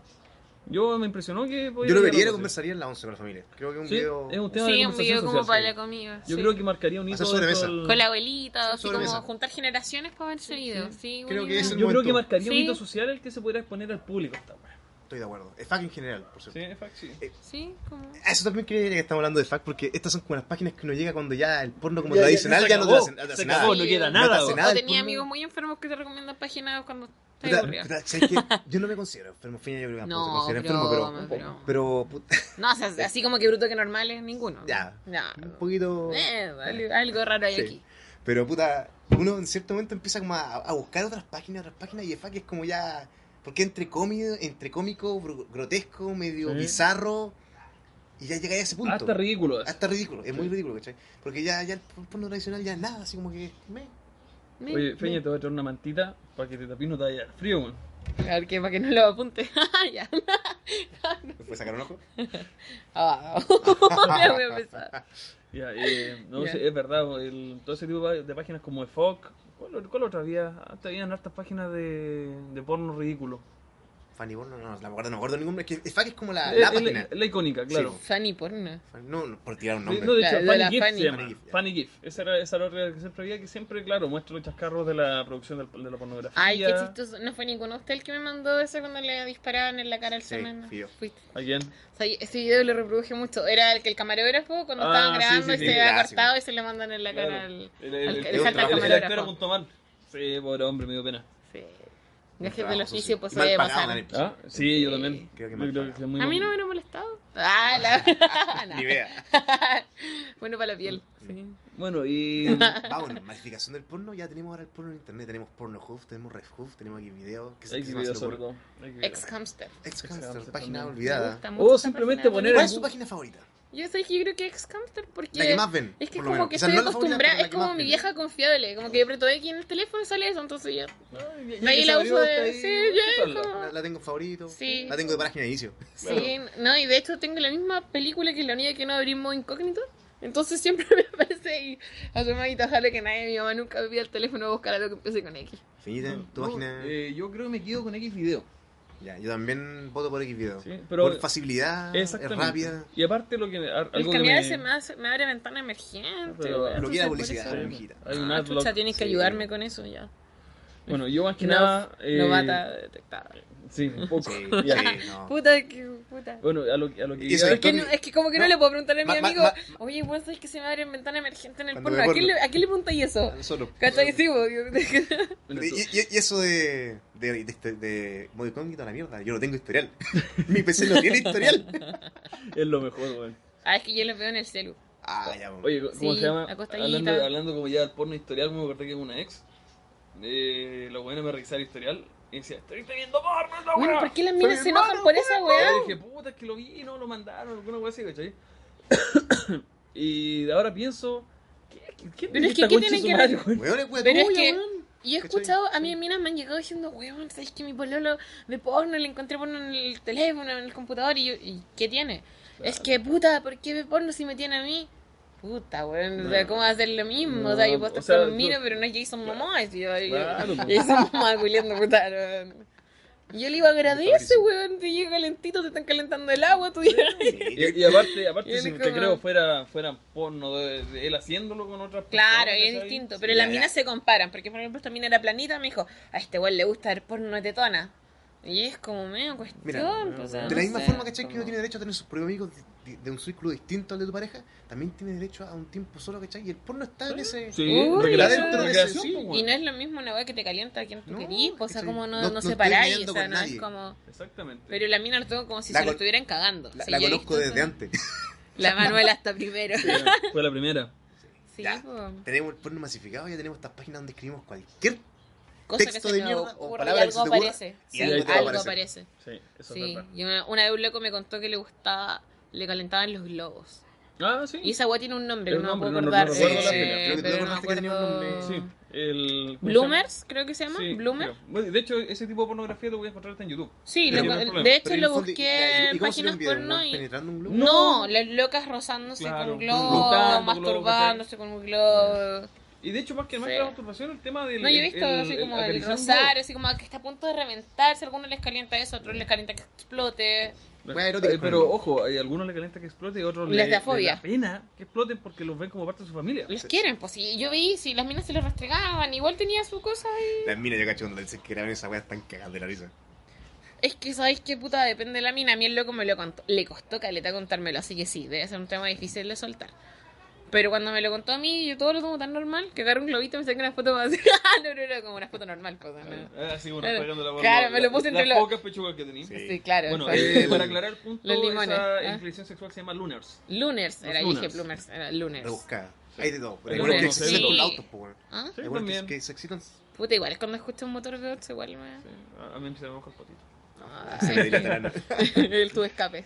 B: Yo me impresionó que... podía
A: Yo lo
B: llegar a
A: vería y lo
B: algo así.
A: conversaría en la 11 con la familia. Creo que un
B: Sí,
A: video...
B: es un tema de
C: Sí, un
B: conversación
C: video como
B: social,
C: para
B: sí.
C: la comida.
B: Yo
C: sí.
B: creo que marcaría un hito
A: Hacer
B: dentro
A: sobremesa.
B: del-
C: Con la abuelita, así
A: sobre
C: como
A: mesa.
C: juntar generaciones para ver ese video. Sí,
A: Creo
C: buena
A: que
C: idea.
A: es el
B: Yo creo que
A: momento.
B: marcaría un
C: Sí.
B: hito social el que se podría exponer al público esta weá.
A: Estoy de acuerdo. Es fac en general, por cierto.
B: Sí, en fact, sí.
C: Sí, como.
A: A Eso también quería decir que estamos hablando de fac porque estas son como las páginas que uno llega cuando ya el porno como
B: Ya, ya,
A: tradicional
B: se
A: ya, no te
B: acabó,
A: hace, no te
B: se
A: hace nada.
B: acabó, no queda
C: No
A: te
B: nada.
A: hace
B: weón.
A: nada. pues,
C: O
A: el
C: tenía
A: porno.
C: amigos muy enfermos que te recomiendan páginas cuando estás
A: Puta,
C: aburrida.
A: puta, ¿sabes qué? Yo no me considero enfermo, fin, yo creo que tampoco
C: No,
A: pues, se considera
C: broma,
A: enfermo, pero,
C: broma.
A: pero puta,
C: No, o sea, así como que bruto que normal es ninguno.
A: Ya.
C: No.
A: un poquito,
C: Eh, algo, algo raro hay
A: Sí.
C: aquí.
A: pero puta, uno en cierto momento empieza como a, a buscar otras páginas, otras páginas y EFAC es como ya, porque entre cómico, entre cómico, br- grotesco, medio
B: Sí.
A: bizarro, y ya llega a ese punto.
B: Hasta ridículo. es.
A: Hasta ridículo, es muy
B: Sí.
A: ridículo, ¿cachai? Porque ya, ya el porno tradicional ya es nada, así como que, meh.
C: Mira,
B: Oye, Feña, te voy a traer una mantita para que te tapís no te vaya al frío, weón.
C: A ver, que para que no lo apunte. ya.
A: ¿Me puede sacar un ojo?
C: Ah, ya voy a empezar.
B: Ya, eh, no
C: Ya.
B: sé, es verdad, weón, el- todo ese tipo de páginas como EFOC. ¿Cuál, cuál otra había? Ah, te habían hartas páginas de, de porno ridículo.
A: Fanny Porno, no, la verdad no me acuerdo ningún nombre, es que EFAC es como Ah, la,
B: Eh,
A: la
B: es
A: página.
B: es la icónica, claro.
A: Sí.
C: Fanny porno.
A: Fan- No, no, por tirar un
B: Sí,
A: nombre.
B: No, de hecho,
C: Claro, de
B: Funny
C: la
B: GIF
C: Funny.
B: se llama.
A: Funny
B: Funny
A: GIF,
B: GIF,
A: ya.
B: Esa era, esa era otra que siempre había, que siempre, claro, muestra los chascarros de la producción del- de la pornografía.
C: Ay, qué chistoso. No fue ninguno de ustedes el que me mandó eso cuando le disparaban en la cara al
A: Sí,
C: semen.
A: fui yo.
C: Fuiste.
B: ¿A quién?
C: O sea, ese video lo reproduje mucho. Era el que el camarógrafo cuando
B: Ah,
C: estaban
B: sí,
C: grabando
B: sí,
C: y
B: sí,
C: se había
A: clásico.
C: cortado y se le mandan en la cara al.
B: El,
C: al-
B: el,
C: le
A: falta el
B: el, el, el
C: camarógrafo.
B: actor junto mal. Sí, pobre hombre, me dio pena.
C: Sí.
A: Un
C: Gajes del
A: trabajo
C: oficio,
A: sucio.
C: pues
A: Y
C: se
A: mal
C: debe
A: pagado,
C: pasar.
A: Dani.
B: ¿Ah? Sí, yo también.
A: Creo que
B: Yo
A: mal
B: es muy
C: A mí
B: bueno.
C: no me hubiera molestado. Ah, la.
A: Ni idea.
C: bueno para la piel. Sí.
B: Bueno, y.
A: Vamos, masificación del porno, ya tenemos ahora el porno en internet, tenemos Pornhub, tenemos RedHub, tenemos aquí videos, que
B: Hay que video sobre todo. Hay que
C: Ex hamster.
A: Ex
B: Ex-Hamster
A: página
B: también.
C: Me
A: olvidada.
C: gusta mucho
B: O
C: esa
B: simplemente
C: página.
B: poner
A: ¿Cuál
B: en
A: es su página favorita?
C: Yo sé que yo creo que ex hamster porque.
A: La que más ven.
C: Es
A: por
C: que es
A: lo
C: como
A: menos.
C: que
A: Quizás
C: estoy
A: no la favorita,
C: acostumbrada,
A: pero la
C: es
A: que más
C: como mi
A: ven.
C: vieja confiable, como que yo apretó aquí en el teléfono y sale eso, entonces yo...
B: video. Ya- ya
C: Ahí
B: que
C: la
B: se
C: uso
B: abrió,
C: de-
B: está ahí,
C: sí, ya,
B: usarla.
C: como-
A: La, la tengo en favorito,
C: Sí.
A: la tengo de página de inicio.
C: Sí, no, y de hecho tengo la misma película que es la única que no abrimos incógnito, entonces siempre me aparece y asomado y ojalá que nadie, mi mamá nunca me pida el teléfono a buscar algo que empiece con X.
A: Finita, tu
B: No,
A: página.
B: eh, yo creo que me quedo con X video.
A: Ya, yo también voto por X video.
B: Sí, pero-
A: por facilidad, es
B: Exactamente.
A: rápida.
B: Y aparte, lo que. Algo
C: El
B: que
C: cambiar
B: me-
C: se me, hace- me abre ventana emergente.
B: Pero-
C: weón.
A: Bloquea la
C: Entonces, por
A: publicidad,
C: eso-
A: amiguita.
B: Hay un
C: Ah,
B: adblock.
C: chucha, tienes que
A: sí.
C: ayudarme con eso ya.
B: Bueno, yo más que
C: No,
B: nada. eh,
C: Novata detectada.
B: Sí, un poco.
A: Sí,
B: Ya.
A: sí, no.
C: Puta, que puta.
B: Bueno, a lo, que- a lo que
A: Y eso
B: iba-
A: es
C: Que no- es que como que no,
A: No.
C: le puedo preguntar a mi
A: Ma- ma-
C: amigo,
A: ma-
C: oye, ¿vos sabés que se me abre ventana emergente en el
A: Cuando
C: porno?
A: ve
C: ¿A quién
A: porno.
C: le, a quién le preguntáis eso?
A: Nosotros.
C: ¿Cachai? Sí, pues, vos, yo-
B: Bueno,
A: Y,
B: tú-
A: y- y eso de, de, de, este- de modo incógnito a la mierda, yo no tengo historial. Mi PC no tiene historial.
B: es lo mejor, weón.
C: Ah, es que yo los veo en el celu.
A: Ah, ya, bueno.
B: Oye, ¿cómo
C: Sí,
B: se llama?
C: la costallita.
B: Hablando, hablando como ya del porno historial, me acordé que es una ex. Eh, la buena me revisar el historial. Y decía, estoy viendo porno, esa
C: Bueno,
B: weá".
C: ¿por qué las
A: Pero
C: minas se
A: hermano,
C: enojan por esa
B: Y
C: weá?
B: yo dije, puta, es que lo vi, no, lo mandaron, alguna weá así, ¿cachai? y ahora pienso, ¿qué, qué,
C: Pero es que,
B: esta
C: ¿qué
B: concha
C: tienen
B: su
C: que
B: madre,
C: ver?
B: weón?
A: Weón, es weón
C: Pero es
A: tuya,
C: que-
A: weón.
C: Y he
A: ¿Cachai?
C: escuchado, a mí minas me han llegado diciendo, weón, ¿sabes que mi pololo de porno le encontré porno en el teléfono, en el computador? Y yo, ¿y qué tiene? Es que, puta, ¿por qué ve porno si me tiene a mí? Puta, weón, o sea,
B: No.
C: ¿cómo va a hacer lo mismo?
B: No,
C: o sea, yo puedo
B: o
C: estar
B: sea,
C: con un mino,
B: yo-
C: pero no es Jason Momoa. Y yo, yo-
B: Claro, pues.
C: Jason Momoa culiando, puta, weón. Y yo le digo, agradece,
A: Clarísimo.
C: weón, te llega calentito, te están calentando el agua, tú ya.
A: Sí,
B: Y, y aparte, aparte
C: Y
B: si
C: es
B: te
C: como-
B: creo fuera, fuera porno de, de él haciéndolo con otras personas.
C: Claro, y es
B: ¿cachai?
C: distinto, pero
A: Sí,
C: las
A: ya,
C: minas
A: ya.
C: se comparan, porque por ejemplo esta mina era planita, me dijo, a este weón le gusta ver porno tetona. Y es como medio cuestión,
A: Mira,
C: pues, o sea,
A: De la
C: no
A: misma
C: sé,
A: forma, ¿cachai? Que
C: como-
A: uno tiene derecho a tener sus propios amigos de, de- de un círculo distinto al de tu pareja, también tiene derecho a un tiempo solo, ¿cachai? Y el porno está en ese.
B: Sí,
C: Uy,
B: recreación,
A: adentro de ese,
B: recreación,
A: sí.
B: pues, weón.
C: Y no es lo mismo una weá que te calienta a quien tú
A: No,
C: querís, pues, o sea,
A: ¿cachai?
C: como no,
A: No-
C: no,
A: no estoy
C: separáis,
A: peleando
C: o sea,
A: con
C: no es
A: nadie.
C: como...
B: Exactamente.
C: Pero la mina lo tengo como si
A: La
C: se lo
A: con-
C: estuvieran cagando.
A: La,
C: Sí,
A: la
C: yo he
A: conozco
C: visto
A: desde
C: eso.
A: antes.
C: La Manuela está primero.
B: Sí, fue la primera.
C: Sí,
A: Ya.
C: pues,
A: Tenemos el porno masificado, ya tenemos estas páginas donde escribimos cualquier.
C: cosa que
A: Texto
C: se
A: de
C: me
A: mierda o
C: ocurre y
A: palabra que
C: algo
A: se te ocurra,
C: aparece.
A: y
C: Sí,
B: algo te va a
C: algo
A: aparecer.
B: Sí,
C: aparece.
B: eso
C: Sí,
B: es verdad.
C: y una, una vez un loco me contó que le gustaba, le calentaban los globos.
B: Ah, sí.
C: Y esa weá tiene un nombre,
B: Tiene
C: no me
B: un
C: puedo
B: nombre, no-
C: acordar.
B: no
A: recuerdo la
C: eh,
A: pena. Creo que tú
C: pero
A: te
C: no me
A: acordaste que tenía un
C: acuerdo-
B: Sí, el... ¿cómo se llama?
C: Bloomers, creo que se llama.
B: Sí,
C: Bloomer.
B: creo. Bueno, De hecho, ese tipo de pornografía lo voy a encontrar hasta en YouTube.
C: Sí,
B: No
C: lo-
B: tiene problema.
C: de hecho
A: Pero en
C: lo
A: el fondo-
C: busqué
A: ¿y
C: en
A: cómo sería
C: páginas
A: un video,
C: porno
A: weón?
C: y...
A: ¿Penetrando un globo?
C: No, las locas rozándose
B: Claro,
C: con globo,
B: buscando
C: masturbándose con un globo.
B: Y de hecho, más que más
C: Sí.
B: que la masturbación, el tema del.
C: No, yo he visto así como el,
B: acariciar un globo.
C: rosario, así como que está a punto de reventarse. Algunos les calienta eso, otros les calienta que explote.
A: Bueno, erótico,
B: Eh, pero
A: pero-
B: ojo, hay algunos le calienta que explote y otros
C: Les
B: le-
C: da fobia.
B: les da pena que exploten porque los ven como parte de su familia.
C: Los quieren, pues si yo vi, si las minas se los rastregaban, igual tenía su cosa ahí.
A: Las minas, yo cacho, cuando le dicen que graben esa weá, están cagadas de la risa.
C: Es que sabéis que puta depende de la mina. A mí el loco me lo contó. Le costó caleta contármelo, así que sí, debe ser un tema difícil de soltar. Pero cuando me lo contó a mí, yo todo lo tomo tan normal que agarré un globito y me saqué una foto como así. Ah, no, no, no, como una foto normal. Pues, no.
B: Ah, sí, bueno,
C: Claro.
B: pegando la
C: Claro, me lo puse entre
B: las
C: los-
B: pocas pechugas que tenía.
A: Sí.
C: Sí, claro.
B: Bueno,
C: fue-
B: eh, para aclarar el punto,
C: Los limones,
B: esa
C: ¿ah?
B: inclinación sexual se llama lunars.
C: Luners,
B: los
C: era, yo dije
B: lunars.
C: Plumers, era Luners.
A: Rebuscada. Hay de todo. Pero hay
B: Pero
A: algunos que
B: no
A: se
B: sé.
A: excitan con
C: Sí.
A: los autos, pues, weón.
C: ¿Ah?
A: Hay
B: Sí,
A: algunos que-
B: también.
A: que se excitan.
C: Puta, igual, cuando escucho un motor de 8, igual me.
B: Sí, a a mí se me moja el potito.
C: Ah,
A: Se me dilata la nave.
C: el tu escape.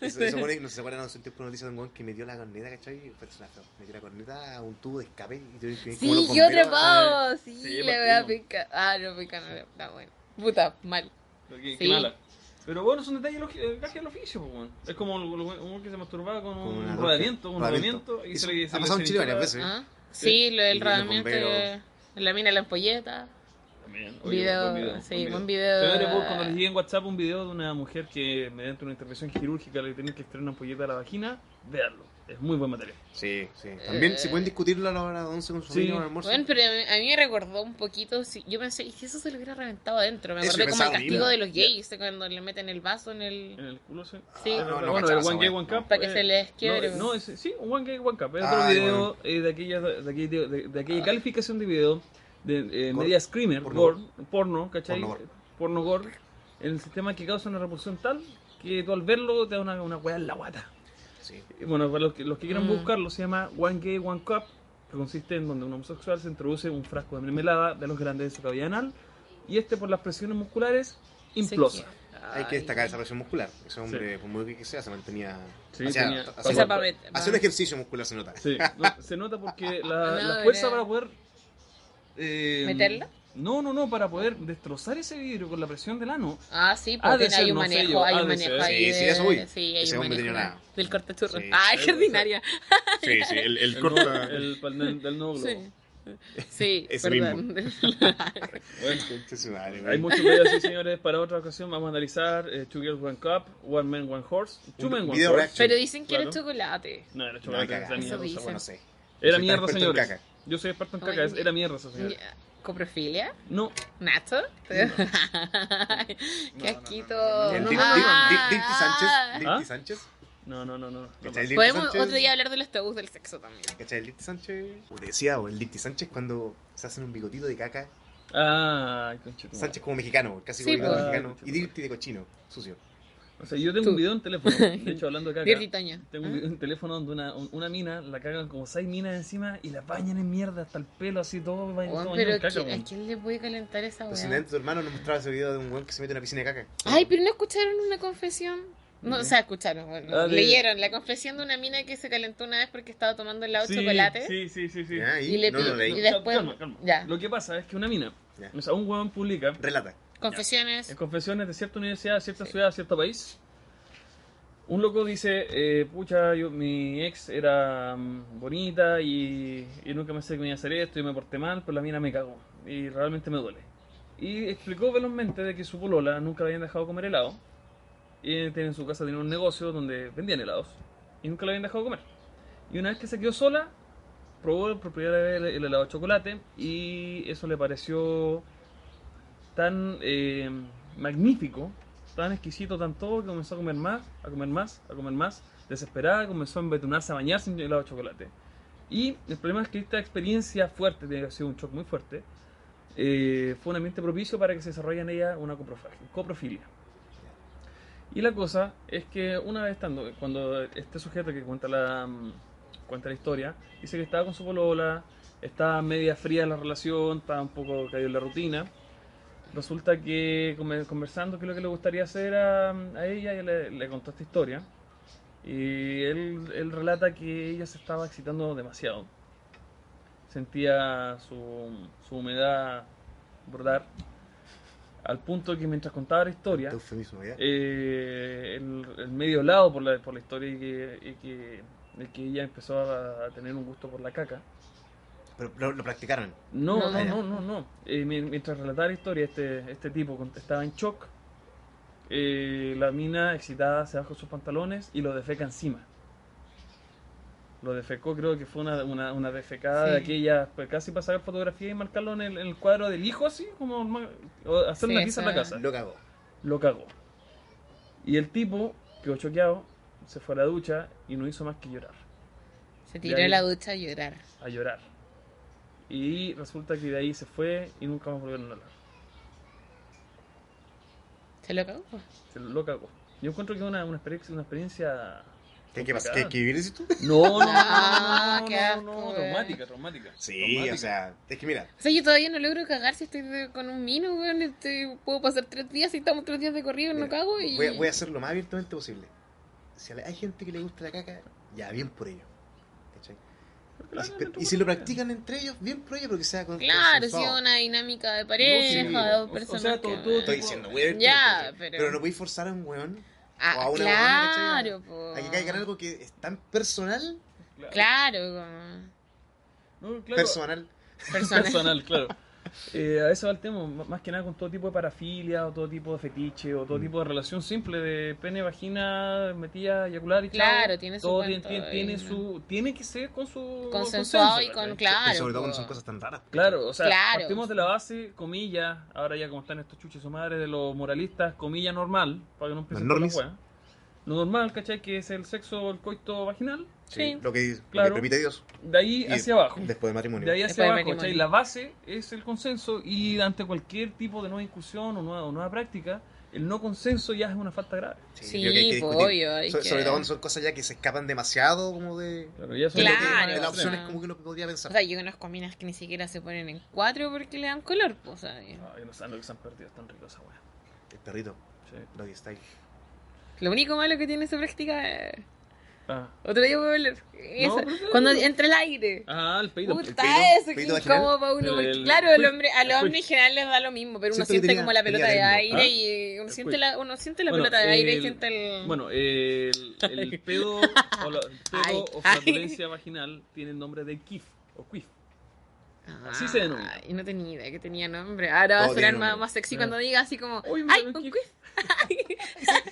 A: Eso, eso pone, no se acuerdan hace un tiempo una noticia de un weón que me dio la corneta, ¿cachai? Fue chulazo. Me dio la corneta a un tubo de escape y tuvieron que ir como los
C: Sí, yo
A: bomberos a-
C: atrapado. Sí,
B: Sí,
C: la verdad,
B: partimos.
C: pica. Ah, no, pica, no, está bueno. Puta, mal.
B: Pero Qué,
C: Sí.
B: qué mala. Pero bueno, son detalles logi- eh, casi al oficio, pues, bueno. Es como un, que se masturbaba con
A: Con
B: un
A: una
B: rodamiento,
A: roca.
B: un rodamiento. y
A: Eso
B: se le-
A: ha
B: se le-
A: pasado
B: se
A: en
B: le
A: Chile varias
B: hinchaba-
A: veces.
C: Ah, Sí, lo del
A: Y los
C: rodamiento,
A: bomberos.
C: la mina de la ampolleta.
B: También,
C: Video, sí, buen video.
B: Señores, vos, cuando les llegue en WhatsApp un video de una mujer que mediante una intervención quirúrgica le tienen que extraer una ampolleta a la vagina, veanlo. Es muy buen material.
A: Sí, sí. También, si pueden discutirlo a la hora de 11 con su
B: Sí.
A: amigo en el almuerzo.
C: Eh, Bueno, pero a mí- a mí me recordó un poquito. si- yo pensé, ¿y si eso se lo hubiera reventado adentro? Me
A: Eso
C: acordé
A: yo
C: como el
A: pensaba lo
C: castigo
A: mismo.
C: de los gays, cuando le meten el vaso en
B: En
C: el.
B: el culo, sí.
C: Sí.
A: Ah, no, no,
B: bueno,
A: cachaba
B: el
A: esa
B: One Gay,
A: weá,
B: One
A: no.
B: Cup.
C: Para que
B: eh,
C: se les quiebre.
B: No, no, es, sí, un One Gay, One Cup. Es otro
A: Ay,
B: video
A: bueno.
B: eh, de, aquella, de, aquella, de, aquella calificación de video de eh,
A: Ah. Gor-
B: media screamer,
A: porno.
B: porno, porno ¿cachai? Eh,
A: Porno gore.
B: Porno gore. En el sistema que causa una repulsión tal que tú al verlo te da una, una weá en la guata.
A: Sí.
B: Y Bueno, para los que, los que quieran
C: Mm.
B: buscarlo, se llama One Gay, One Cup, que consiste en donde un homosexual se introduce un frasco de mermelada de los grandes de su cavidad anal y este por las presiones musculares implosa.
A: Hay que destacar esa presión muscular. Ese hombre, por muy que sea, se mantenía.
B: Sí,
A: hacía,
B: tenía-
A: hacía-
B: Esa
A: hacía
B: pa-
C: ah.
A: un ejercicio muscular, se nota.
B: Sí, no, se nota porque la,
C: No,
B: la fuerza
C: era-
B: para poder... eh,
C: ¿Meterla?
B: No, no, no, para poder destrozar ese vidrio con la presión del ano.
C: Ah, sí,
B: Ha de
C: porque
B: ser,
C: hay un
B: no sé
C: manejo,
B: yo,
C: hay
B: ha
C: un
B: de ser.
C: manejo ahí.
A: Sí, sí,
C: de-
A: eso voy.
C: Sí, hay
A: Ese
C: un
A: hombre
C: manejo
A: tenía
C: de-
A: una-
C: del cortachurro.
A: Sí.
C: Ah, qué ordinaria.
A: Sí, sí, el, el
B: nuevo- el pal- del, del nuevo globo.
C: Sí. Sí,
A: Ese
C: perdón.
B: Bueno,
A: Concha su madre,
B: Hay
A: güey.
B: muchos videos así, señores. Para otra ocasión vamos a analizar eh, Two Girls One Cup, One Man One Horse, Two
A: Un
B: Men One
A: video
B: Horse.
A: reaction.
C: Pero dicen que
B: Claro.
C: era chocolate.
B: No, era
A: No,
B: chocolate,
A: caga.
B: esa
A: Eso
B: mierda, esa
C: dicen.
B: weá.
A: Bueno, sí.
B: Era
A: Soy
B: mierda,
A: experto en
B: señores.
A: caca.
B: Yo soy experto en
C: Oye.
B: caca, es- era mierda, señores.
C: Ya, ¿Coprofilia?
B: No,
C: ¿Nato?
B: no,
C: Qué
B: no,
C: asquito.
A: Y el
B: No,
A: Dirty
B: no,
C: Ah.
A: Dirty- Dirty Sánchez.
B: ¿Ah?
A: Dirty Sánchez.
B: no, no, no, no. no.
A: ¿Cachai? El Dirty
C: Podemos
A: Sánchez-
C: otro día hablar de los tabús del sexo también.
A: ¿Cachai? El Dirty Sánchez. O decía, o el Dirty Sánchez cuando se hacen un bigotito de caca.
B: Ay, concha. tu madre.
A: Sánchez como mexicano, casi
C: Sí,
A: como
C: pues.
A: mexicano.
B: Ah,
A: Y Dirty de cochino, sucio.
B: O sea, yo tengo
C: Tú.
B: un video en teléfono, de hecho, hablando de caca.
C: Diez titaños.
B: Tengo un, un teléfono donde una, un- una mina la cagan como seis minas encima y la bañan en mierda hasta el pelo, así todo, ba- todo
C: Weón,
B: bañado
C: pero
B: en caca.
C: ¿qui-
B: weón.
C: ¿a quién le puede calentar esa
A: Pues si
C: weá?
A: antes tu hermano nos mostraba ese video de un weón que se mete en una piscina de caca.
C: Ay, pero no escucharon una confesión. No, o sea, escucharon, bueno,
B: Ah, de-
C: leyeron la confesión de una mina que se calentó una vez porque estaba tomando helado de
B: Sí,
C: chocolate.
B: Sí, sí, sí. sí.
A: Ya, y,
C: Y le
A: no lo
C: pide-
A: leí.
C: y después-
B: Calma, calma.
C: ya.
B: Lo que pasa es que una mina,
A: Ya.
B: o sea, un huevón publica
A: Relata.
C: Confesiones.
B: en confesiones de cierta universidad, cierta ciudad, cierto país. Un loco dice, eh, pucha, yo, mi ex era mm, bonita y, y nunca me sé que me iba a hacer esto y me porté mal, pero la mina me cagó y realmente me duele. Y explicó velozmente de que su polola nunca le habían dejado comer helado. Y él tenía en su casa tenía un negocio donde vendían helados y nunca le habían dejado comer. Y una vez que se quedó sola, probó por primera vez el, el helado de chocolate y eso le pareció tan eh, magnífico, tan exquisito, tan todo, que comenzó a comer más, a comer más, a comer más, desesperada, comenzó a embetunarse, a bañarse en helado de chocolate. Y el problema es que esta experiencia fuerte, tiene que haber sido un shock muy fuerte, eh, fue un ambiente propicio para que se desarrolle en ella una coprofa- coprofilia. Y la cosa es que una vez estando, cuando este sujeto que cuenta la, mm, cuenta la historia, dice que estaba con su polola, estaba media fría la relación, estaba un poco caído en la rutina, Resulta que come- conversando que lo que le gustaría hacer a, a ella, ella le, le contó esta historia. Y él, él relata que ella se estaba excitando demasiado. Sentía su, su humedad bordar. Al punto que mientras contaba la historia,
A: Qué eufemismo, ya.
B: eh, el, el medio lado por la, por la historia y que, y que, y que ella empezó a- a tener un gusto por la caca.
A: Pero lo, lo practicaron.
B: No,
C: No.
B: no, no, no, no. Eh, mi- mientras relataba la historia, este, este tipo cont- estaba en shock. Eh, la mina excitada se bajó sus pantalones y lo defeca encima. Lo defecó, creo que fue una, una, una defecada
C: Sí.
B: de aquella, pues casi para sacar fotografía y marcarlo en el, en el cuadro del hijo, así, como ma- o hacer
C: Sí,
B: una pizza en la
C: esa-
B: casa. Lo,
A: Lo cagó.
B: cagó. Y el tipo quedó choqueado, se fue a la ducha y no hizo más que llorar
C: Se tiró
B: De ahí-
C: a la ducha a llorar.
B: a llorar. Y resulta que de ahí se fue y nunca más volvieron a hablar.
C: ¿Se lo cagó?
B: Se lo cagó. Yo encuentro que es una, una experiencia. Una experiencia
A: ¿Qué, qué pasa? ¿Qué,
B: complicada.
A: qué vivir decís tú?
B: No, no, no,
C: Ah,
B: no,
C: qué
B: no,
C: asco,
B: no,
C: güey.
B: traumática, traumática.
A: Sí,
B: traumática.
A: o sea, es que mira,
C: O sea, yo todavía no logro cagar si estoy de- con un mino, weón. este, puedo pasar tres días, si estamos tres días de corrido, no
A: Mira,
C: cago y...
A: voy a, voy a hacer lo más abiertamente posible. Si a la- hay gente que le gusta la caca, ya, bien por ello. ¿Cachai? Y si- pero- Y si lo practican entre ellos, bien por ello, porque sea con
C: Claro, si
A: consensuado.
C: es una dinámica de pareja,
A: No, sí,
C: de dos
B: o- o
C: personas.
B: sea, todo-
C: que-
B: todo-
A: Estoy diciendo, güey,
C: Ya,
A: esto,
C: pero-
A: no voy a forzar a un weón
C: Ah,
A: o a una buena,
C: claro,
A: ¿cachai?
C: po.
A: a que caiga en algo que es tan personal,
C: Claro, como-
B: No, claro.
A: personal.
C: personas.
B: Personal, claro. Eh, a eso va el tema, m- más que nada con todo tipo de parafilia, o todo tipo de fetiche, o todo
A: Mm.
B: tipo de relación simple de pene, vagina, metida, eyacular y chao.
C: Claro, tiene su
B: Todo tiene,
C: cuento
B: tiene,
C: ahí,
B: tiene
C: ¿no?
B: su, tiene que ser con su
C: Consensuado y
B: consenso,
C: con...
B: ¿cachai?
C: Claro,
A: sobre todo
C: po.
A: cuando son cosas tan raras. pues.
B: Claro, o sea,
C: Claro.
B: partimos de la base, comillas, ahora ya como están estos chuches o madres de los moralistas, comilla normal, para que no empiecen
A: Los
B: con la
A: normis.
B: hueá. Lo normal, ¿cachai? Que es el sexo, el coito vaginal,
C: Sí.
A: Lo que, lo que
B: Claro.
A: permite Dios.
B: de ahí
A: Y
B: hacia abajo.
A: Después del matrimonio.
B: De ahí hacia
C: Después del
B: abajo,
C: matrimonio.
B: ¿cachai? La base es el consenso y ante cualquier tipo de nueva discusión o nueva, o nueva práctica, el no consenso ya es una falta grave.
C: Sí,
A: yo creo que hay que
C: po,
A: discutir.
C: obvio, hay
A: So-
C: que-
A: Sobre todo cuando son cosas ya que se escapan demasiado como de,
B: Claro,
A: de
B: ya
A: lo que-
C: Claro,
A: de las
C: o sea.
A: opciones como que uno podría
C: O
A: pensar.
C: sea, yo conozco minas que ni siquiera se ponen en cuatro porque le dan color, po, o sea,
B: No, yo no saben lo que se han perdido, es tan rico esa hueá.
A: El perrito,
B: Sí.
A: lo que está ahí.
C: Lo único malo que tiene esa práctica es...
B: Ah.
C: Otro día voy a hablar. Eso,
B: pero sí.
C: Cuando entra el aire.
B: Ah, el pedido.
C: Puta,
A: pedido-
C: eso que
A: pedido
C: es
A: vaginal.
C: como para uno.
B: El-
C: porque,
B: el-
C: claro, el
B: quick,
C: hombre, a
B: el
C: los hombres
B: quick.
C: en general les da lo mismo, pero uno
A: Siento que
C: siente
A: tenía-
C: como la
A: tenía
C: pelota de
A: término.
C: aire
B: Ah.
C: y uno
B: El
C: siente
B: quick.
C: la, uno siente la
B: Bueno,
C: pelota de aire y
B: el-
C: siente el.
B: Bueno, el, el pedo o, la, el pedo
C: Ay,
B: o
C: ay.
B: flatulencia vaginal tiene el nombre de kif o quif.
C: Ah,
B: así se denomina.
C: Y no tenía idea que tenía nombre. Ahora va a
A: Todo
C: sonar
A: tiene
C: más,
A: nombre.
C: más sexy
B: Ah.
C: cuando diga así como.
B: Uy, me
C: ¡Ay,
B: salió
C: un
B: un
C: quick!
B: quick.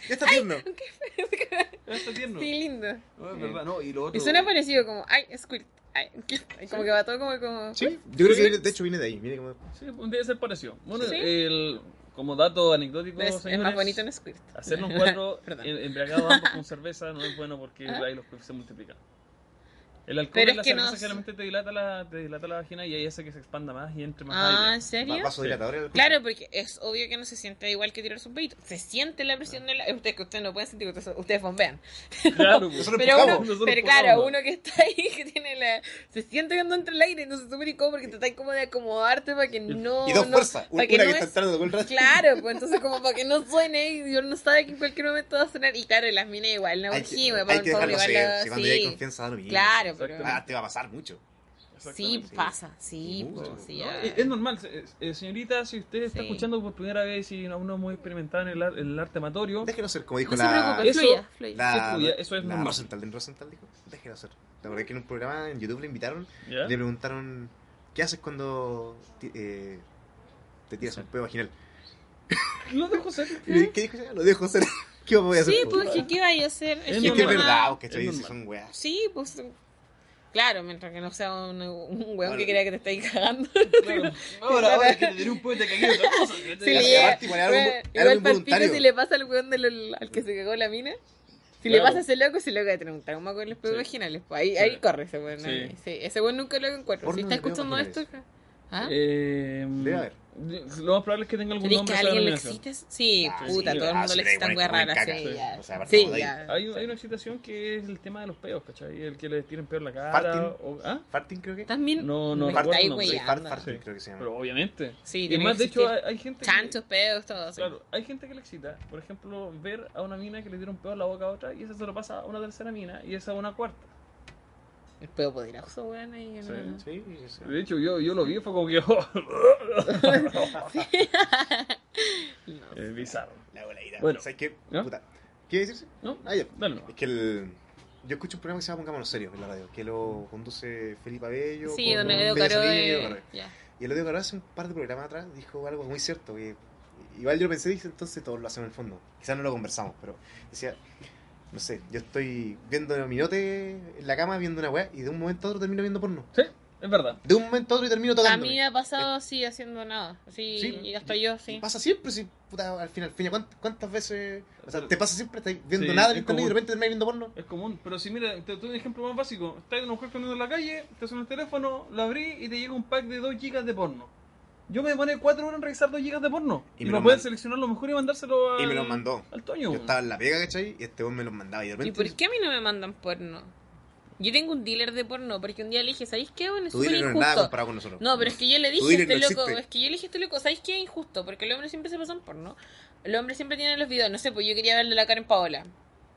A: Ya está tierno.
B: Está tierno.
C: Sí, lindo.
B: No, es verdad, no, y lo otro.
C: Y suena parecido como. ¡Ay, squirt! ¡Ay, un quick". Y Como que va todo como. como
A: Sí, yo creo que viene- de hecho viene de ahí. Viene como...
B: Sí, debe ser parecido. Bueno,
C: Sí.
B: el, como dato anecdótico,
C: Es, es
B: señores,
C: más bonito en squirt.
B: hacernos cuatro
C: Perdón. Ah.
B: em- embriagados ambos con cerveza no es bueno porque ahí los quifs se multiplican. El alcohol
C: Pero
B: en la
C: es que no
B: cerveza
C: sé.
B: generalmente te dilata, la, te dilata la vagina y ahí hace que se expanda más y entre más
C: Ah,
B: aire.
C: ¿en serio?
A: Vaso dilatador.
C: Claro, porque es obvio que no se siente igual que tirarse un peito. Se siente la presión de la... Ustedes, que ustedes no pueden sentir, ustedes, ustedes bombean.
B: Claro, pues.
A: Nosotros
C: Pero,
A: empujamos.
C: uno,
B: Nosotros
C: pero
B: empujamos.
C: claro, uno que está ahí, que tiene la... Se siente cuando entra el aire, entonces es súper incómodo porque tratáis como de acomodarte para que no...
A: Y dos
C: no-
A: fuerzas. Una
C: para
A: que
C: que no
A: está
C: es-
A: entrando con el rato.
C: Claro, pues entonces como para que no suene y Dios no sabe que en cualquier momento va a sonar. Y claro, las minas igual, no
A: Hay que,
C: urgimos,
A: hay que dejarlo
C: igual
A: ser.
C: lo-
A: Si cuando
C: sí.
A: ya hay confianza, da lo mismo.
C: Claro, pero...
B: Exactamente.
A: Ah, te va a pasar mucho.
C: Sí,
B: Exactamente.
C: pasa, sí,
A: Mucho.
C: pues, sí,
B: No,
C: ya.
B: es- es normal, se- es- eh, señorita, si usted está
C: Sí.
B: escuchando por primera vez y aún no es muy experimentada en el, ar- en el arte amatorio,
A: Déjelo ser, como dijo
C: No se
A: la.
C: preocupe,
B: Eso-
C: fluya, fluya.
A: la,
B: que fluya, eso es
A: la
B: normal.
A: Rosenthal, de Rosenthal dijo. Déjelo ser. La verdad que en un programa en YouTube le invitaron
B: ¿ya?
A: y le preguntaron: ¿Qué haces cuando ti- eh, te tiras un pedo vaginal?
B: lo dejo ser.
A: Y le dije, ¿Qué dijo ella? Lo dejo ser. ¿Qué voy a hacer?
C: Sí, pues, ¿qué, qué vaya a hacer?
B: Es
A: Y es
C: que
A: que es
B: normal.
A: verdad, o que
B: Es
A: estoy si
B: normal.
A: son weas.
C: Sí, pues. Claro, mientras que no sea un, un weón
A: Bueno.
C: que crea que te estáis cagando.
B: Claro. Ahora, ahora que te diré un poco de cagué otra cosa. ¿cachai?
C: Sí,
A: Y
C: le-
A: aparte, igual era algo-
C: Bueno,
A: era algo
C: Igual para el pico
A: involuntario.
C: si le pasa al weón del- al- al que se cagó la mina. Si le
B: Claro.
C: pasa a ese loco, ese loco va a tener un trauma con los pedos
B: Sí.
C: vaginales. pues, Ahí,
B: Sí.
C: ahí corre ese weón.
B: Sí.
C: ahí, sí, Ese weón nunca lo encuentro.
A: Porno
C: Si está
A: de pedos
C: escuchando esto.
A: vaginales.
C: ¿Ah?
B: Eh,
A: Debe haber.
B: Lo más probable es que tenga algún
C: ¿Crees
B: nombre
C: que
B: a
C: a
B: esa
C: alguien le
B: denominación.
C: existe? Sí,
A: Ah,
C: puta,
B: sí,
C: todo el
A: ah,
C: mundo
A: sí,
C: le excitan
A: ponen-
C: weas
A: ponen
C: raras.
A: caca,
C: Sí,
A: sí.
C: ya.
A: O sea, aparte
C: Sí,
A: como de ahí.
C: ya.
B: Hay, hay una
C: sí.
B: excitación que es el tema de los peos, ¿cachai? El que le tiren peor la cara.
A: Farting.
B: O, ¿ah?
A: Farting, creo que.
C: También.
B: No, no,
C: me
B: recuerdo
C: estáis
B: el nombre.
A: Sí,
C: weyando.
A: fart- farting,
B: Sí.
A: creo que se llama.
B: Pero obviamente.
C: Sí,
B: y
C: tiene
B: más,
C: que
B: de hecho, hay,
C: existir.
B: hay gente. que-
C: Chanchos, pedos, todo. sí.
B: Claro, hay gente que le excita, por ejemplo, ver a una mina que le dieron peor la boca a otra y esa se lo pasa a una tercera mina y esa a una cuarta.
C: El pedo poderoso, weón. ahí, no,
B: Sí.
C: no.
A: Sí, sí, sí.
B: De hecho, yo, yo lo vi, fue como que. oh,
C: No.
B: Eh, bizarro.
A: La voladita.
B: Bueno.
A: ¿Sabes qué?
B: ¿No?
A: Puta. ¿Qué decirse?
B: ¿No?
A: Ah, ya.
B: Dale, no.
A: Es que el... yo escucho un programa que se llama Pongámonos Serios en la radio, que lo conduce Felipe Abello.
C: Sí,
A: con
C: don
B: Bueno,
C: Edo
A: Fede
C: Caro
A: Saldivia y Edo
C: de...
A: Caroe.
C: Ya.
A: Y el Edo Caro hace un par de programas atrás dijo algo muy cierto, que igual yo lo pensé y dije, entonces todos lo hacen en el fondo. Quizás no lo conversamos, pero decía, no sé, yo estoy viendo mi minote en la cama viendo una weá y de un momento a otro termino viendo porno.
B: Sí, es verdad.
A: De un momento a otro y termino
C: A
A: tocando.
C: mí me ha pasado así haciendo nada. Sí,
A: Sí.
C: y hasta yo, sí.
A: Pasa siempre, si, puta, al final, fin, ¿cuántas, ¿cuántas veces? O sea, te pasa siempre, estás viendo
B: Sí,
A: nada
B: es
A: en internet y de
B: común.
A: repente terminas viendo porno.
B: Es común. Pero si, mira, te doy un ejemplo más básico. Estás una mujer caminando en la calle, te suena el teléfono, lo abrí y te llega un pack de 2 gigas de porno. Yo me demoré 4 horas en revisar 2 gigas de porno.
A: Y
B: Y,
A: me
B: lo
A: lo
B: pueden
A: man-
B: seleccionar lo mejor y mandárselo al,
A: Y me los mandó.
B: al Toño.
A: Yo estaba en la pega, ¿cachai? Y este vos me los mandaba y de
C: ¿Y
A: repente.
C: por qué a mí no me mandan porno? Yo tengo un dealer de porno, porque un día le dije, ¿sabéis qué? Bueno, es
A: Tu
C: súper
A: dealer no es nada
C: injusto.
A: comparado con nosotros.
C: No, pero es que yo le dije a
A: dealer
C: este
A: no
C: loco,
A: existe.
C: es que yo le dije a este loco, ¿sabéis qué? Es injusto, porque los hombres siempre se pasan porno. Los hombres siempre tienen los videos, no sé, pues yo quería verle la cara en Paola.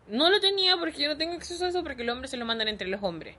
C: No lo tenía porque yo no tengo acceso a eso, porque los hombres se lo mandan entre los hombres.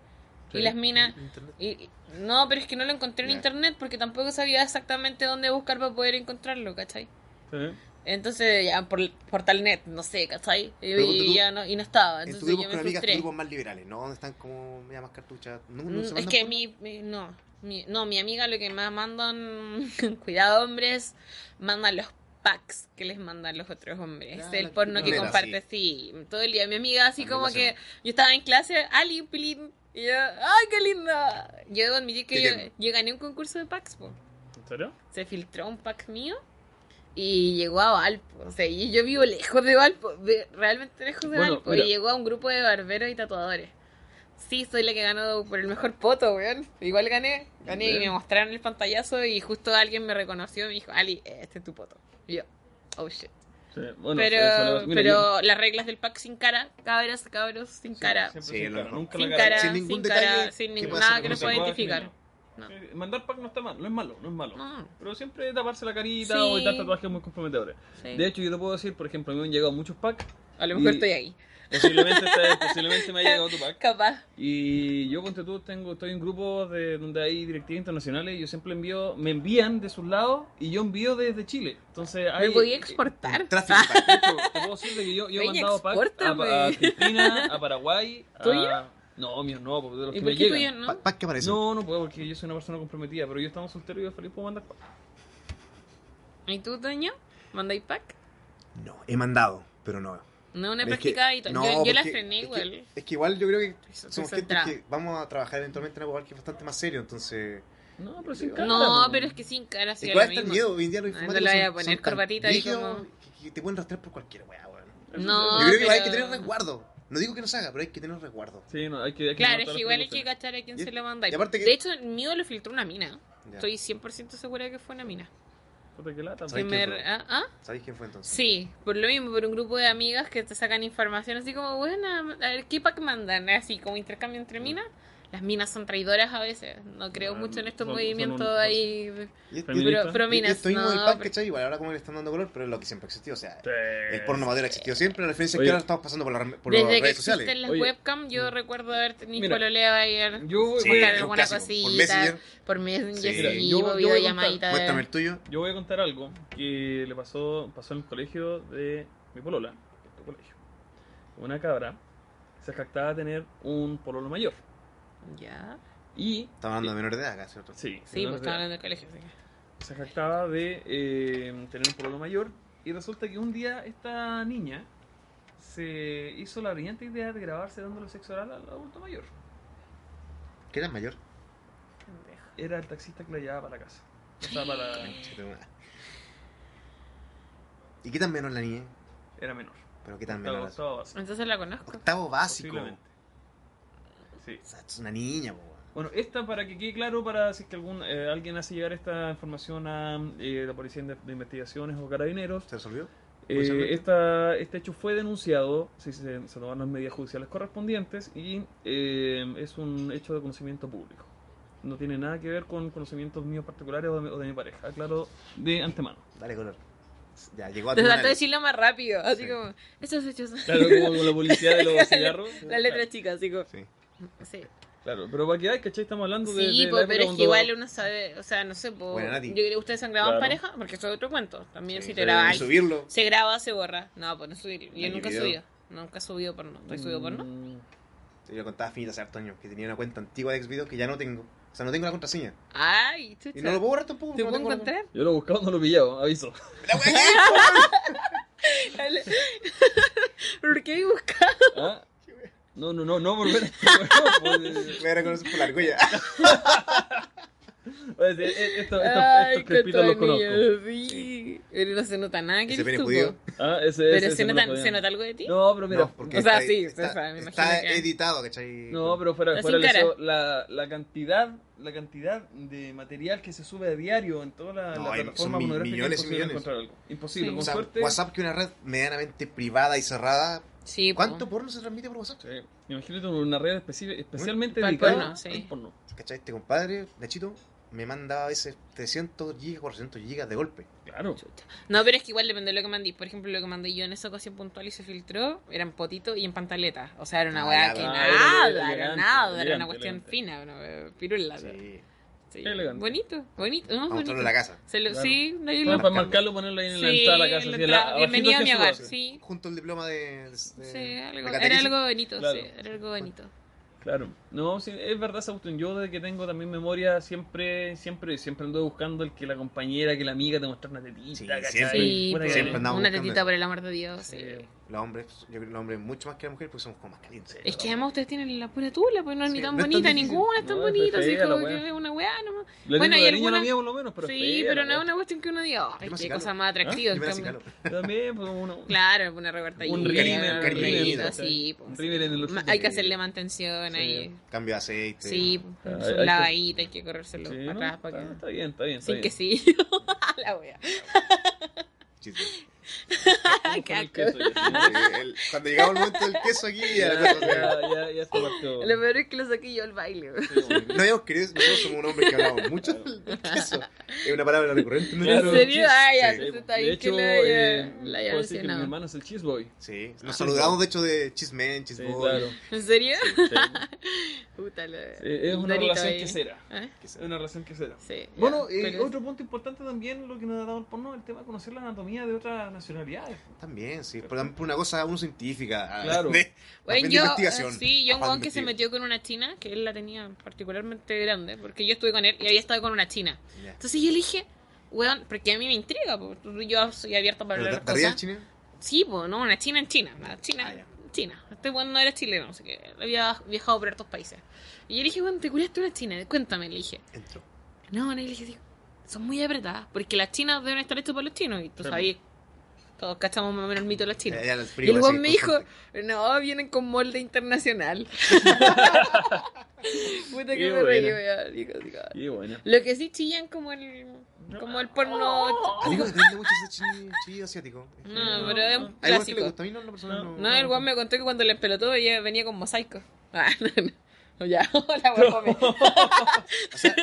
C: Y las minas...
A: Internet.
C: Y, y- no, pero es que no lo encontré en
A: Ya.
C: internet porque tampoco sabía exactamente dónde buscar para poder encontrarlo, ¿cachai?
B: Sí.
C: Entonces, ya por, por tal net, no sé, ¿cachai? Y,
A: Pero ponte
C: y
A: tú,
C: ya no, y no estaba,
A: En tu
C: entonces
A: grupo
C: yo
A: con
C: me
A: amigas,
C: frustré.
A: grupos más liberales, ¿no? Donde están como media más cartuchas. No, no
C: Mm,
A: se
C: es
A: mandan
C: que
A: por-
C: mi, mi- no, mi, no, mi amiga lo que más mandan, cuidado hombres, mandan los packs que les mandan los otros hombres.
A: Ah,
C: el
A: la
C: porno que
A: típica.
C: comparte, sí. todo el día. Mi amiga así
A: También
C: como
A: lo
C: que
A: hacemos.
C: yo estaba en clase, Ali, Pilín, y yo, ¡ay, qué linda! Yo debo admitir que
A: Qué
C: yo,
A: tierno.
C: yo gané un concurso de packs, po.
B: ¿En serio?
C: se filtró un pack mío y llegó a Valpo. O sea, y yo vivo lejos de Valpo, de- realmente lejos de
B: Bueno,
C: Valpo.
B: mira.
C: Y llegó a un grupo de barberos y tatuadores. Sí, soy la que ganó por el mejor poto, weón. Igual gané, gané y
B: Bien.
C: me mostraron el pantallazo y justo alguien me reconoció y me dijo, Ali, este es tu poto. Y yo, oh shit.
B: Sí. Bueno, eso
C: pero
B: lo- mira,
C: pero
B: yo-
C: las reglas del pack sin cara, cabras, cabros, sin
B: Sí,
C: cara.
B: siempre
A: Sí,
B: sin
A: lo
B: cara,
A: mejor.
B: nunca la
C: Sin cara,
A: Sin
C: sin,
A: ningún
C: cara,
A: detalle
C: sin
A: que
C: ningún-
A: pueda
C: nada
A: ser
C: que nos pueda
A: conocido.
C: identificar.
B: No. Eh, Mandar pack no está mal, no es malo, no es malo.
C: No,
B: Pero siempre taparse la carita
C: Sí.
B: o evitar tatuajes muy comprometedores.
C: sí.
B: De hecho, yo te puedo decir, por ejemplo, a mí me han llegado muchos packs.
C: a lo mejor
B: y-
C: estoy ahí.
B: Posiblemente, este- posiblemente me haya llegado tu pack.
C: Capaz.
B: Y yo, ponte tú, tengo, estoy en grupos de, donde hay directivas internacionales y yo siempre envío, me envían de sus lados y yo envío desde Chile. Entonces, hay,
C: Me podía exportar.
A: Tráfico.
B: De hecho, te puedo decir de que yo, yo he
C: Peña,
B: mandado packs a,
C: expórtame.
B: a Argentina, a Paraguay. a-
C: ¿Tuyo?
B: No, míos no, porque de los
C: ¿Y
B: que
C: por
B: me
C: qué tú ya
B: llegan.
A: Pa-
C: no?
A: pa- ¿Qué aparece?
B: No, no puedo porque yo soy una persona comprometida, pero yo estaba soltero y yo feliz puedo mandar packs.
C: ¿Y tú, Toño? ¿Mandáis pack?
A: No, he mandado, pero no.
C: No, una
A: Es que-
C: práctica y todo.
A: no,
C: yo, yo la
A: porque-
C: frené
A: es que-
C: igual.
A: Es que, igual yo creo que
C: Eso,
A: somos
C: eso
A: gente
C: entra.
A: que vamos a trabajar eventualmente en algo que es bastante más serio, entonces.
B: No, pero sin pues. cara.
C: No,
B: po.
C: pero es que sin cara sí
A: igual
C: era
A: está el
C: lo mismo.
A: miedo, hoy en día los
C: Ah, no
A: informáticos
C: le voy a
A: son-
C: poner
A: son tan
C: corbatita ahí
A: brígidos
C: como-
A: que- que te pueden rastrear por cualquier weá, weón.
C: No,
A: Yo creo que igual hay
C: pero-
A: que tener resguardo. No digo que no se haga, pero hay que tener resguardo.
B: Sí, no, hay que. hay que
C: Claro,
B: levantar
C: es
B: las
C: que igual hay que
B: precauciones.
C: cachar a quién
A: Y-
C: se lo mandáis.
A: y aparte que-
C: De hecho, el mío lo filtró una mina.
A: Ya.
C: Estoy 100% segura que fue una mina.
B: Puta, qué lata,
A: ¿Sabes
C: Que
A: quién
C: me-
A: fue?
C: ¿Ah? ¿Ah?
A: ¿Sabéis quién fue entonces?
C: Sí, por lo mismo, por un grupo de amigas que te sacan información así como, bueno, a ver, ¿qué pack mandan? Así como intercambio entre
A: Mm.
C: minas. Las minas son traidoras a veces. No creo
B: Ah,
C: mucho en estos
B: son- son
C: movimientos
B: un-
C: ahí. de-
A: Y este-
B: Feminista.
C: Pero, pero
A: y- y
C: minas,
A: esto mismo
C: no,
A: del pan,
C: pero-
A: ¿cachai? Igual ahora como le están dando color, pero es lo que siempre existió. O sea,
B: Sí.
A: el porno madera existió siempre. La referencia es
B: Oye.
A: que ahora estamos pasando por, las por las
C: Desde que
A: redes
C: existen
A: sociales.
C: las
B: Oye. mm.
C: webcam, yo recuerdo haber tenido
B: Mira,
C: pololeo ahí. en-
B: Yo,
A: Sí,
B: voy
C: Buscar
A: es un
B: a,
C: alguna
A: clásico. Por
C: cosita,
A: Messenger.
C: Por Messenger,
A: Mira,
C: sí,
B: yo- yo voy a
C: videollamadita.
A: Muéstrame el tuyo.
B: yo voy a contar algo que le pasó, pasó en el colegio de mi polola, en tu colegio. Una cabra se jactaba de tener un pololo mayor.
C: Ya.
B: Y.
A: Estamos hablando de menores de edad acá, ¿cierto?
B: Sí,
C: Sí,
B: menor de
C: pues estaba
B: edad.
C: hablando del colegio. así que-
B: se jactaba de eh, tener un problema mayor y resulta que un día esta niña se hizo la brillante idea de grabarse dándole sexo oral al adulto mayor.
A: ¿Qué eras mayor?
B: Era el taxista que la llevaba para la casa. O sea, para-
A: ¿Y qué tan menor la niña?
B: Era menor.
A: Pero qué tan
B: Estaba,
A: menor.
B: estaba básico,
C: Entonces la conozco.
A: Octavo básico.
B: posiblemente. Sí.
A: O sea, es una niña, po. weón.
B: Bueno, esta para que quede claro, para si es que algún, eh, alguien hace llegar esta información a eh, la Policía de, de Investigaciones o Carabineros,
A: ¿Se resolvió?
B: Eh,
A: ser correcto.
B: esta- este hecho fue denunciado, sí, se, se tomaron las medidas judiciales correspondientes y eh, es un hecho de conocimiento público. No tiene nada que ver con conocimientos míos particulares o de, mi- o de mi pareja, claro, de antemano.
A: Dale color. Ya, llegó a
C: Te trató
A: tribunales.
C: de decirlo más rápido, así
A: Sí.
C: como, estos hechos.
B: Claro, como con la publicidad de los cigarros.
C: La letra chica, así como.
A: Sí.
C: Sí,
B: Claro, pero para que veáis, ¿cachai? Estamos hablando de.
C: sí
B: de
C: po,
B: la época
C: pero es
B: cuando-
C: que igual uno sabe, o sea, no sé, po,
A: Bueno,
C: yo
A: Nati.
C: creo que ustedes han grabado en
B: Claro.
C: pareja, porque eso es otro cuento. También
A: Sí,
C: si te
A: pero
C: grabas,
A: y subirlo.
C: se graba, se borra. No, pues no subir. Yo
A: Hay
C: nunca he
A: video.
C: subido, nunca he subido porno. ¿Tú has subido porno?
B: Mm,
A: Yo le contaba a Finita hace harto años que tenía una cuenta antigua de Xvideos que ya no tengo. O sea, no tengo la contraseña.
C: Ay, chucha.
A: Y no lo puedo borrar tampoco.
C: ¿Te
A: porque
C: puedo
A: no tengo la-
C: encontrar?
B: Yo lo buscaba, no lo pillaba, aviso.
A: ¡La weá que hizo!
C: ¿Por qué he buscado?
B: ¿Ah? No, no, no, no volver a este juego, pues, eh,
A: Me voy a reconocer por la argolla.
B: Oye, sí, eh, esto- estos-
C: Ay,
B: estos crepitos los
C: Cotonio,
B: conozco.
C: sí. Pero no se nota nada que
A: Ese
C: eres
A: pene
C: tú,
A: judío.
C: po.
B: Ah, ese-
C: Pero
B: ese
C: se,
B: no lo
C: nota,
B: podían.
C: ¿se nota algo de ti?
B: No, pero mira.
A: No, porque
C: O sea,
A: está-
C: sí, pues,
A: está,
C: o sea, me imagino
A: está
C: que-
A: editado, ¿cachai?
B: No, pero fuera,
C: Pero
B: fuera
C: sin
B: de
C: cara.
B: eso, la, la cantidad, la cantidad de material que se sube a diario en toda la,
A: No,
B: la
A: hay- son
B: plataforma
A: mi-
B: pornográfica
A: millones y
B: es imposible
A: millones.
B: encontrar algo. Imposible,
C: Sí.
B: con
A: O sea,
B: suerte.
A: WhatsApp que es una red medianamente privada y cerrada.
C: Sí, po.
A: ¿Cuánto porno se transmite por WhatsApp?
B: Sí. Imagínate una red especi- especialmente
C: Para el
B: dedicada
C: porno, sí.
B: al porno.
A: ¿Cachai? Este compadre, Nachito, me mandaba a veces 300 gigas, 400 gigas de golpe.
B: Claro.
C: Chuta. No, pero es que igual depende de lo que mandé. Por ejemplo, lo que mandé yo en esa ocasión puntual y se filtró, eran potitos y en pantaleta. O sea, era una
A: Ah,
C: weá
A: ya,
C: que
A: ah,
C: nada,
B: era
C: era,
B: elegante,
C: nada, era
B: elegante,
C: una cuestión
B: elegante.
C: fina, una weá pirula.
A: Sí.
C: Sí.
B: Elegante.
C: Bonito, bonito, no,
A: Vamos a
C: bonito.
A: mostrarlo en la casa.
C: Se lo-
B: Claro.
C: Sí, no hay
B: Para,
A: lo-
B: para marcarlo, ponerlo ahí en la
C: Sí,
B: entrada de la casa.
C: la
B: así,
C: entrada.
B: abajito
C: Bienvenido a mi
B: Jesús,
C: hogar,
B: así.
C: sí.
A: Junto al diploma de. de-
C: Sí, algo-
A: de
C: era
A: catequesis.
C: algo bonito,
B: Claro.
C: sí, era algo bonito.
B: Claro. No, sí, es verdad esa cuestión. Yo desde que tengo también memoria, siempre, siempre, siempre ando buscando el que la compañera, que la amiga te muestra una tetita,
A: Sí,
B: ¿cachai?
A: siempre.
C: Sí,
B: Puta que-
C: po,
A: siempre andaba
C: una
A: buscando
C: tetita
A: eso.
C: por el amor de Dios. sí.
B: Sí.
A: Los hombres, yo creo que los hombres mucho más que las mujeres porque somos como más calientes.
C: Es que además ustedes tienen la pura tula, pues no es ni
A: Sí,
C: tan
A: no es tan
C: bonita,
A: difícil.
C: ninguna es tan
B: No, es
C: bonita, así
B: fea la
C: como
B: weá.
C: que es una weá nomás.
B: Le
C: Bueno,
B: tengo
C: y
B: cariño a la
C: alguna-
B: mía, por lo menos, pero
C: Sí,
B: es fea,
C: pero
B: la
C: no es
B: weá.
C: una cuestión que uno diga,
A: Yo
C: ay,
A: me
C: qué
A: acicalo.
C: cosa más atractiva.
A: Yo
C: en
A: me
C: cambio-
A: acicalo.
B: También, pues uno.
C: Claro, una recortadilla.
B: Un
A: rímel,
C: una
A: un rímel,
C: recortadillita,
A: ¿no?
C: sí, po,
B: Un rímel en el
C: Ma-
B: ojo.
C: Hay que hacerle mantención
B: Sí.
C: ahí.
A: Cambio de aceite.
C: Sí,
B: Ah,
C: po,
B: hay- hay
C: su
B: que-
C: lavadita, hay que corrérselo
B: Sí,
C: para
B: ¿no?
C: atrás para
B: está,
C: que.
B: está bien, está bien. Está
C: Sin
B: bien.
C: que sí. la wea.
A: Chiste.
B: Con
C: qué
B: el
C: asco.
B: queso, ya, sí.
A: Eh, el- cuando llegaba el momento del queso aquí, ya la
B: Ya,
A: cosa se-
B: ya, ya, ya se partió.
C: Lo peor es que lo saqué yo al baile. wea.
B: Sí, bueno.
A: No habíamos querido, nosotros somos un hombre que hablamos mucho del del queso. Es una palabra recurrente. ¿no?
B: Claro.
C: ¿En serio? Ay, ya,
A: Sí.
B: Sí,
C: entonces
B: bueno.
C: está
B: De
C: bien que
B: hecho,
C: lo
B: eh,
C: haya- la
B: puedo decir
C: haya
B: que mi
C: mencionado.
B: hermano es el cheese boy.
A: Sí,
B: Ah,
A: nos saludamos de hecho de chismen,
B: Sí,
A: chisbol.
B: claro.
C: ¿En serio?
B: Sí.
C: Puta la-
B: Eh, Es una
C: Dorito
B: relación
C: ahí.
B: que será.
C: ¿Eh?
A: Que
B: Es
A: se-
B: una relación que será.
C: Sí. ya,
B: Bueno, eh,
C: pero-
B: otro punto importante también, lo que nos ha dado el porno, el tema de conocer la anatomía de otras nacionalidades.
A: También, sí. Por, por una cosa uno científica. ah,
B: Claro.
A: de-
C: Bueno,
A: afán de
C: yo,
A: investigación,
C: eh, sí, yo un
A: afán
C: weón
A: de
C: que se
A: investigar.
C: metió con una china, que él la tenía particularmente grande, porque yo estuve con él y había estado con una china.
A: Ya.
C: Entonces yo le dije, weón, porque a mí me intriga, porque yo soy abierta para
A: ¿Pero te-
C: hablar
A: te rías
C: cosas.
A: chino?
C: Sí, pues, no, una china en China, una china,
A: Ah, ya.
C: China. Este weón no era chileno, así que había viajado por hartos países. Y yo le dije, weón, ¿te curaste una china? Cuéntame, le dije.
A: Entró.
C: No, no, le dije, sí, son muy apretadas, porque las chinas deben estar hechas por los chinos, y tú
B: Claro. Eh.
C: sabes Todos cachamos más o menos el mito de los chinos.
A: Ya, ya, el frío
C: Y el
A: va a
C: weón
A: ser
C: me dijo,
A: constante.
C: no, vienen con molde internacional. Puta
B: Qué
C: que me reí,
B: buena.
C: weón. Digo, digo,
B: Y bueno.
C: Lo que sí chillan como el, como el porno...
A: A ti no te gusta mucho ese chi- chillido asiático.
C: No, pero es un
A: Hay este, que le
C: clásico.
A: gusta, a mí no, en lo personal
B: No.
A: no.
C: No, el weón me contó que cuando le pelotó ella venía con mosaico. Ah, no, no. No, Ya, hola, weón. come.
A: O sea,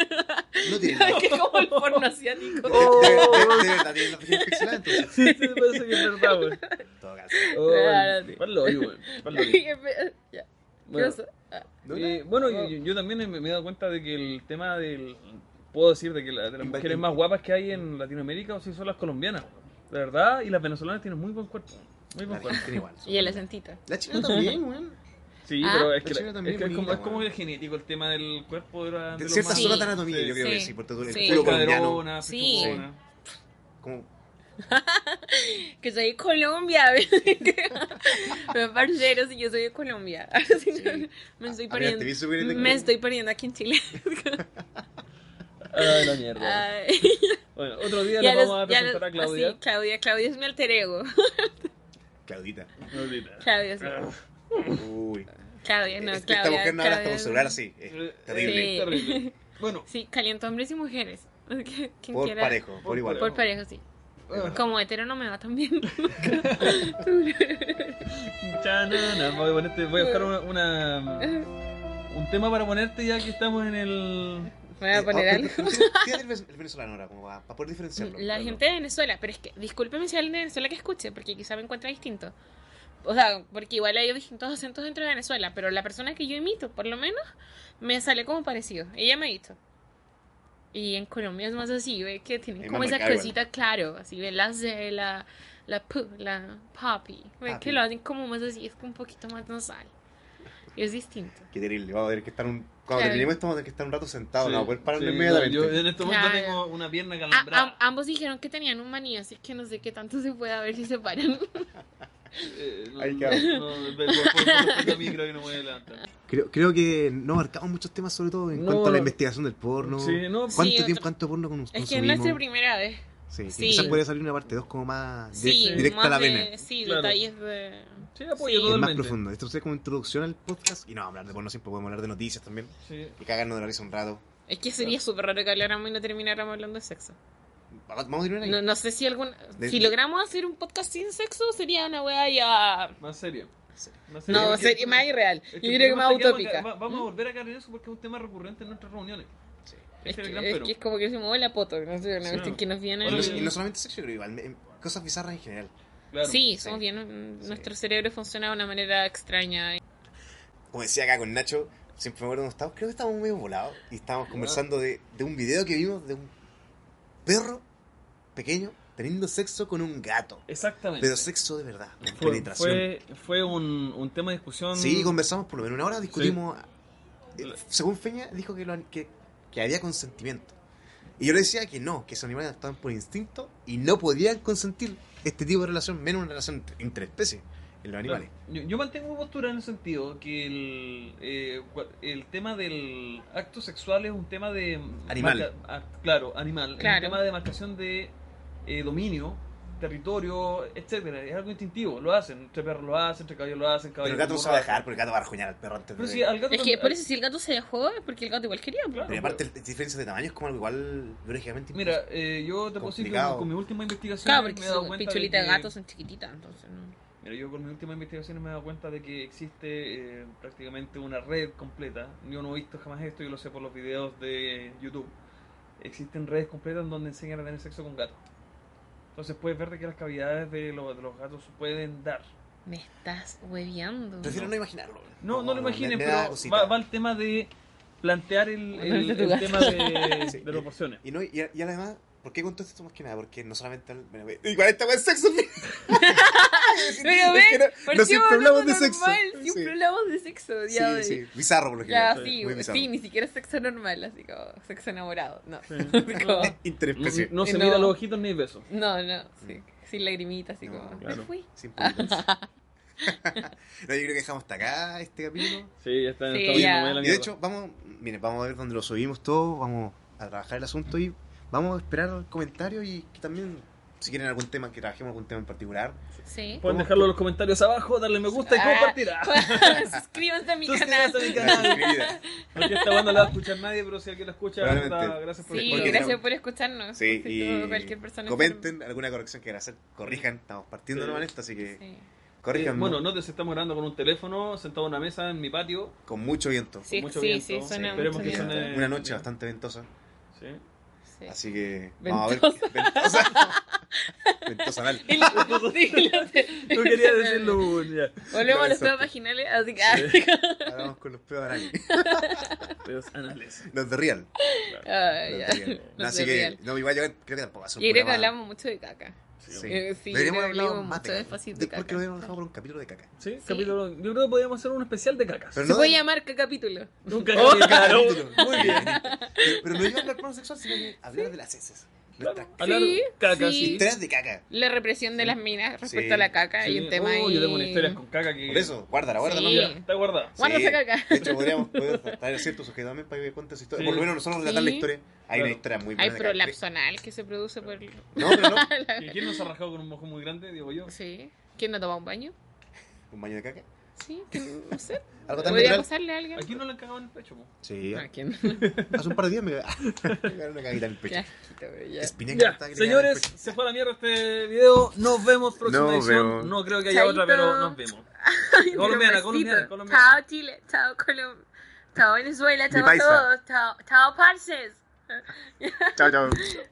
A: no tiene nada.
C: Es que como el porno asiático.
B: Oh.
A: De, de- de verdad, tiene la piel pixelada, entonces.
B: Sí, sí, parece que es verdad, weón.
A: En todo caso.
B: Oh,
C: Claro, sí.
B: pa'l hoyo, weón. pa'l hoyo.
C: Ya,
B: Bueno,
C: grosso. Ah,
A: ¿No?
B: eh, bueno, yo, yo- yo también me, me he dado cuenta de que el tema del. Puedo decir de que la- de las
A: Inva-
B: mujeres
A: in-
B: más guapas que hay en Latinoamérica o si son las colombianas. La verdad, y las venezolanas tienen muy buen cuerpo. Muy
A: La
C: Ah,
B: buen cuerpo.
A: tiene igual.
C: Y el acentito.
A: La china también, weón.
B: Sí,
C: Ah.
B: pero es
A: La
B: que, la-
A: china también
B: es, que
A: es
B: es como,
A: bonita,
B: es como
A: weón.
B: el genético el tema del cuerpo de, la, de
A: De
B: los
A: ciertas
B: más-
A: zonas de
C: Sí.
A: anatomía, yo creo que
C: Sí.
A: sí. Porque tú, el
C: Sí.
A: culo colombiano.
B: Caderona,
C: Sí.
B: cinturona.
A: Como,
C: Que soy de Colombia. Pero parceros, si yo soy de Colombia. Así que Me estoy
A: Ah, mira, te vi
C: poniendo.
A: subir en el-
C: Me estoy poniendo aquí en Chile.
B: Ay, la mierda.
C: Ay,
B: Bueno, otro día le vamos a
C: los- Ah, ah, ya
B: presentar a
C: los-
B: Claudia.
C: así, Claudia, Claudia es mi alter ego.
A: Claudita.
B: Claudita.
C: Claudia, sí.
A: Uy.
C: Claudia, no,
A: Es que esta
C: Claudia.
A: mujer no habla hasta
C: Claudia
A: con
C: es-
A: celular así. eh, Es terrible.
C: Sí.
B: Terrible. Bueno,
C: Sí, caliento hombres y mujeres. Así que, quien
A: Por
C: quiera.
A: parejo, por igual.
C: Por parejo, sí.
B: ah,
C: Como hetero no me va tan bien.
B: chanana, voy a ponerte- voy a buscar una, una- un tema para ponerte ya que estamos en el.
C: Me voy a
A: Eh,
C: poner
A: ah,
C: algo.
A: pero- pero- pero fíjate el ven- el venezolano ahora, como para, poder diferenciarlo.
C: La
A: Claro.
C: gente de Venezuela, pero es que, discúlpeme si hay alguien de Venezuela que escuche, porque quizá me encuentra distinto. O sea, porque igual hay distintos acentos dentro de Venezuela, pero la persona que yo imito, por lo menos, me sale como parecido. Ella me ha visto. Y en Colombia es más así, ve que tienen
A: Es
C: como
A: más
C: esas
A: marcado
C: cositas, claro, así, ve las de la, la, pu, la papi, ve
A: Papi.
C: que lo hacen como más así, es un poquito más nasal. Y es distinto.
A: Qué terrible. Vamos a tener que estar un. Cuando
C: Claro.
A: terminemos esto, vamos a tener que estar un rato sentados.
B: Sí,
A: no, poder pararnos
B: sí,
A: inmediatamente.
B: no, Yo en este momento
C: Claro. Ah,
B: tengo una pierna
C: A- am-
B: calambrada.
C: ambos dijeron que tenían un maní, así que no sé qué tanto se puede a ver si se paran.
B: Eh, no,
A: Ahí
B: no,
A: queda.
B: no, por- por- por- por el micro que no puede levantar.
A: Creo, creo que no abarcamos muchos temas, sobre todo en
B: No.
A: cuanto a la investigación del porno.
B: Sí, no,
A: ¿Cuánto
C: Sí,
A: tiempo,
C: otro-
A: cuánto porno con
C: Es que no es
A: consumimos?
C: la primera vez.
A: Sí,
C: Sí.
A: quizás podría salir una parte 2 como más direct-
C: Sí,
A: directa
C: más
A: a la
C: de-
A: vena.
C: Sí,
B: Claro.
C: detalles de.
B: Sí, apoyo
C: Sí.
A: Es más
B: totalmente.
A: profundo. Esto es como introducción al podcast. Y no, hablar de porno siempre podemos hablar de noticias también.
B: Sí.
A: Y cagarnos de la risa un rato.
C: Es que sería súper raro que habláramos y no termináramos hablando de sexo.
A: Vamos a terminar ahí.
C: No, no sé si algún.
A: De-
C: Si logramos hacer un podcast sin sexo, sería una wea ya.
B: Más serio.
A: Sí.
B: Más serio,
C: No,
B: porque-
C: sería más irreal.
B: es
C: Yo
B: que el
C: creo que
B: problema
C: más
B: es vamos a
C: utópica. ¿Mm?
B: ca- va- Vamos a volver a caer en eso porque es un tema recurrente en nuestras reuniones.
C: Es
B: Ese
C: que,
B: es el gran
C: es
B: pero.
C: que es como que se mueve la poto, no sé, una
B: Sí.
C: cuestión que nos viene.
A: Y no,
B: Bueno,
A: y no solamente sexo, creo igual. eh, Cosas bizarras en general.
B: Claro.
C: sí,
A: sí.
C: somos bien.
A: Sí.
C: Nuestro cerebro funciona de una manera extraña.
A: Como decía acá con Nacho, siempre me acuerdo donde estábamos. Creo que estábamos medio volados. Y estábamos conversando de, de un video que vimos de un perro pequeño teniendo sexo con un gato.
B: Exactamente.
A: Pero sexo de verdad, con
B: fue,
A: penetración.
B: fue, fue un, un tema de discusión.
A: Sí, conversamos por lo menos una hora, discutimos. eh, Según Feña, dijo que, lo- que, que había consentimiento. Y yo le decía que no, que esos animales estaban por instinto y no podían consentir este tipo de relación, menos una relación entre especies en los animales.
B: Yo, yo mantengo mi postura en el sentido que el, eh, cua- el tema del acto sexual es un tema de...
A: Animal.
B: marca- ah, claro, animal. Es
C: Claro.
B: un tema de marcación de eh, dominio, territorio, etcétera Es algo instintivo. Lo hacen. Entre perros lo hacen, entre caballos lo hacen.
A: Pero
B: Caballos
A: el gato no
B: lo
A: se va a
B: hacen.
A: dejar, porque el gato va a arruinar al perro antes
B: Pero
A: de...
B: si al gato
C: Es que
B: también-
C: por eso, si el gato se dejó, es porque el gato igual quería.
B: Claro.
A: Pero aparte, las diferencias de tamaño es como algo igual biológicamente
B: Mira, eh, yo te puedo decir que
A: Complicado.
B: con, con mi última investigación
C: Claro, porque
B: me he dado
C: sus
B: cuenta de
C: pichulitas de
B: que-
C: gato son chiquititas, entonces no.
B: Mira, yo con mis últimas investigaciones me he dado cuenta de que existe eh, prácticamente una red completa. Yo no he visto jamás esto, yo lo sé por los videos de YouTube. Existen redes completas en donde enseñan a tener sexo con gatos. Entonces puedes ver de que las cavidades de, lo- de los gatos se pueden dar.
C: Me estás hueveando.
A: Prefiero no, imaginarlo.
B: No, no, lo imagines,
A: me- me da
B: pero
A: cosita.
B: va, va el tema de plantear el, el-
C: De tu
B: el
C: gato.
B: tema de,
A: Sí.
B: de proporciones.
A: Y, no, y, y además, ¿por qué contesto esto más que nada? Porque no solamente... al- bueno, igual esta weá es sexo.
C: Pero
A: Es que
C: ves,
A: no- no
C: partimos
A: siempre hablamos de
C: hablando
A: sexo.
C: normal, Siempre
A: Sí.
C: hablamos de sexo.
A: Sí,
C: Ya,
A: sí, bizarro por lo general.
C: ya, sí,
A: muy
C: sí,
A: bizarro.
C: ni siquiera sexo normal, así como sexo enamorado. No,
B: Sí.
C: como-
B: No,
A: Interespecie.
B: no se
C: No.
B: mira los ojitos ni besos.
C: no, no, sí, sin lagrimitas, así
A: No,
C: como. me
B: claro.
C: fui.
A: Sin pulgas. no, yo creo que dejamos hasta acá este capítulo.
B: Sí, ya está.
C: Sí,
B: está bien,
C: ya.
B: no me da la
A: Y de
B: mierda.
A: hecho, vamos, miren, vamos a ver dónde lo subimos todo, vamos a trabajar el asunto y vamos a esperar comentarios y que también si quieren algún tema, que trabajemos algún tema en particular.
C: Sí.
B: Pueden dejarlo en los comentarios abajo, darle me gusta y compartir. Ah,
C: Ah, suscríbanse a mi
B: Suscríbanse
C: canal.
B: a mi
A: Gracias,
B: canal.
A: querida.
B: Porque esta banda no la va a escuchar nadie, pero si alguien la escucha,
A: Probablemente.
B: está- gracias por
C: Sí,
A: Porque-
C: gracias por escucharnos.
A: Sí,
C: Perfecto, Pues cualquier
A: y
C: persona
A: comenten alguna corrección que quieran hacer, corrijan, estamos partiendo
B: Sí.
A: nomás en esto, así que
C: Sí.
A: corrijan
B: Eh, bueno, notes, estamos grabando con un teléfono, sentado en una mesa en mi patio.
A: con mucho viento.
C: Sí,
B: mucho
C: sí,
B: viento.
C: sí, suena
A: Sí,
B: Esperemos
C: mucho
B: que
A: porque
C: bien.
B: suene-
A: Una noche bastante ventosa,
B: Sí.
C: Sí.
A: así que vamos a ver. Ventosa. ventosa mal.
C: Y lo- sí, lo sé.
B: No quería decirlo, weón, ya.
C: Volvemos a los temas vaginales, así que... ah,
A: Ahora vamos con los peores
B: Los anales.
A: Los de Real.
C: ah,
A: los de
C: ya.
A: Real. No,
C: Los
A: así
C: de
A: que
C: real.
A: no, igual yo creo que tampoco va a ser un
C: Y creo que
A: programa-
C: hablamos mucho de caca.
A: Sí.
C: Eh,
A: Deberíamos
C: sí, creo
A: haber
C: que
A: hablado
C: hablamos
A: más
C: mucho
A: de caca.
C: énfasis de
A: De- Porque
C: caca.
A: lo habíamos dejado por un capítulo de caca.
B: Sí,
C: Sí.
B: capítulo. Yo creo que podríamos hacer un especial de cacas.
A: Pero
C: Se
A: no-
C: puede llamar caca capítulo.
B: Nunca
C: Oh,
B: claro. Muy
A: Muy
B: bien.
A: bien. Pero, pero no iba a hablar pornosexual, sino que hablar de las heces. Nuestras
B: Hablar
C: Sí,
B: caca,
C: sí.
B: sí.
A: historias de caca.
C: La represión de las minas respecto
A: Sí.
C: a la caca
B: Sí.
C: y un tema
B: Oh,
C: ahí...
B: Yo tengo unas historias con caca que.
A: Por eso, guárdala, guárdala.
C: Sí.
A: ¿no?
B: Ya, Está guardada.
A: Sí.
C: Guarda esa caca.
A: De hecho, podríamos poder traer ciertos sujetos también para que cuente su historia.
B: Sí.
A: Por lo menos nosotros relatar la
C: Sí.
A: historia. Hay
B: Claro.
A: una historia muy buena.
C: Hay
A: de caca.
C: prolapso anal que se produce por...
A: No, pero no.
B: ¿Y quién nos ha rajado con un mojo muy grande? Digo yo.
C: Sí. ¿Quién no toma un baño?
A: Un baño de caca.
C: Sí, ¿quién- no sé.
A: Algo tan
C: ¿Podría
A: natural.
C: pasarle a alguien?
B: ¿A quién no le han cagado en el pecho? po?
A: Sí,
C: ¿A quién?
A: hace un par de días me me cagaron una caguita en el
C: Qué
A: pecho.
C: asquito, pero ya.
A: Espinaca
B: Ya,
A: está agregada en el
B: señores,
A: pecho.
B: se fue a la mierda este video. Nos vemos próxima
A: Nos
B: edición.
A: vemos.
B: No creo que haya
C: Chaito.
B: otra, pero nos vemos. Colombiana, colombiana,
C: Chao
B: colombiana.
C: Chile, chao Colombia, chao Venezuela,
A: Mi
C: chao a
A: paisa.
C: todos, chao, chao Parces.
A: Chao, chao.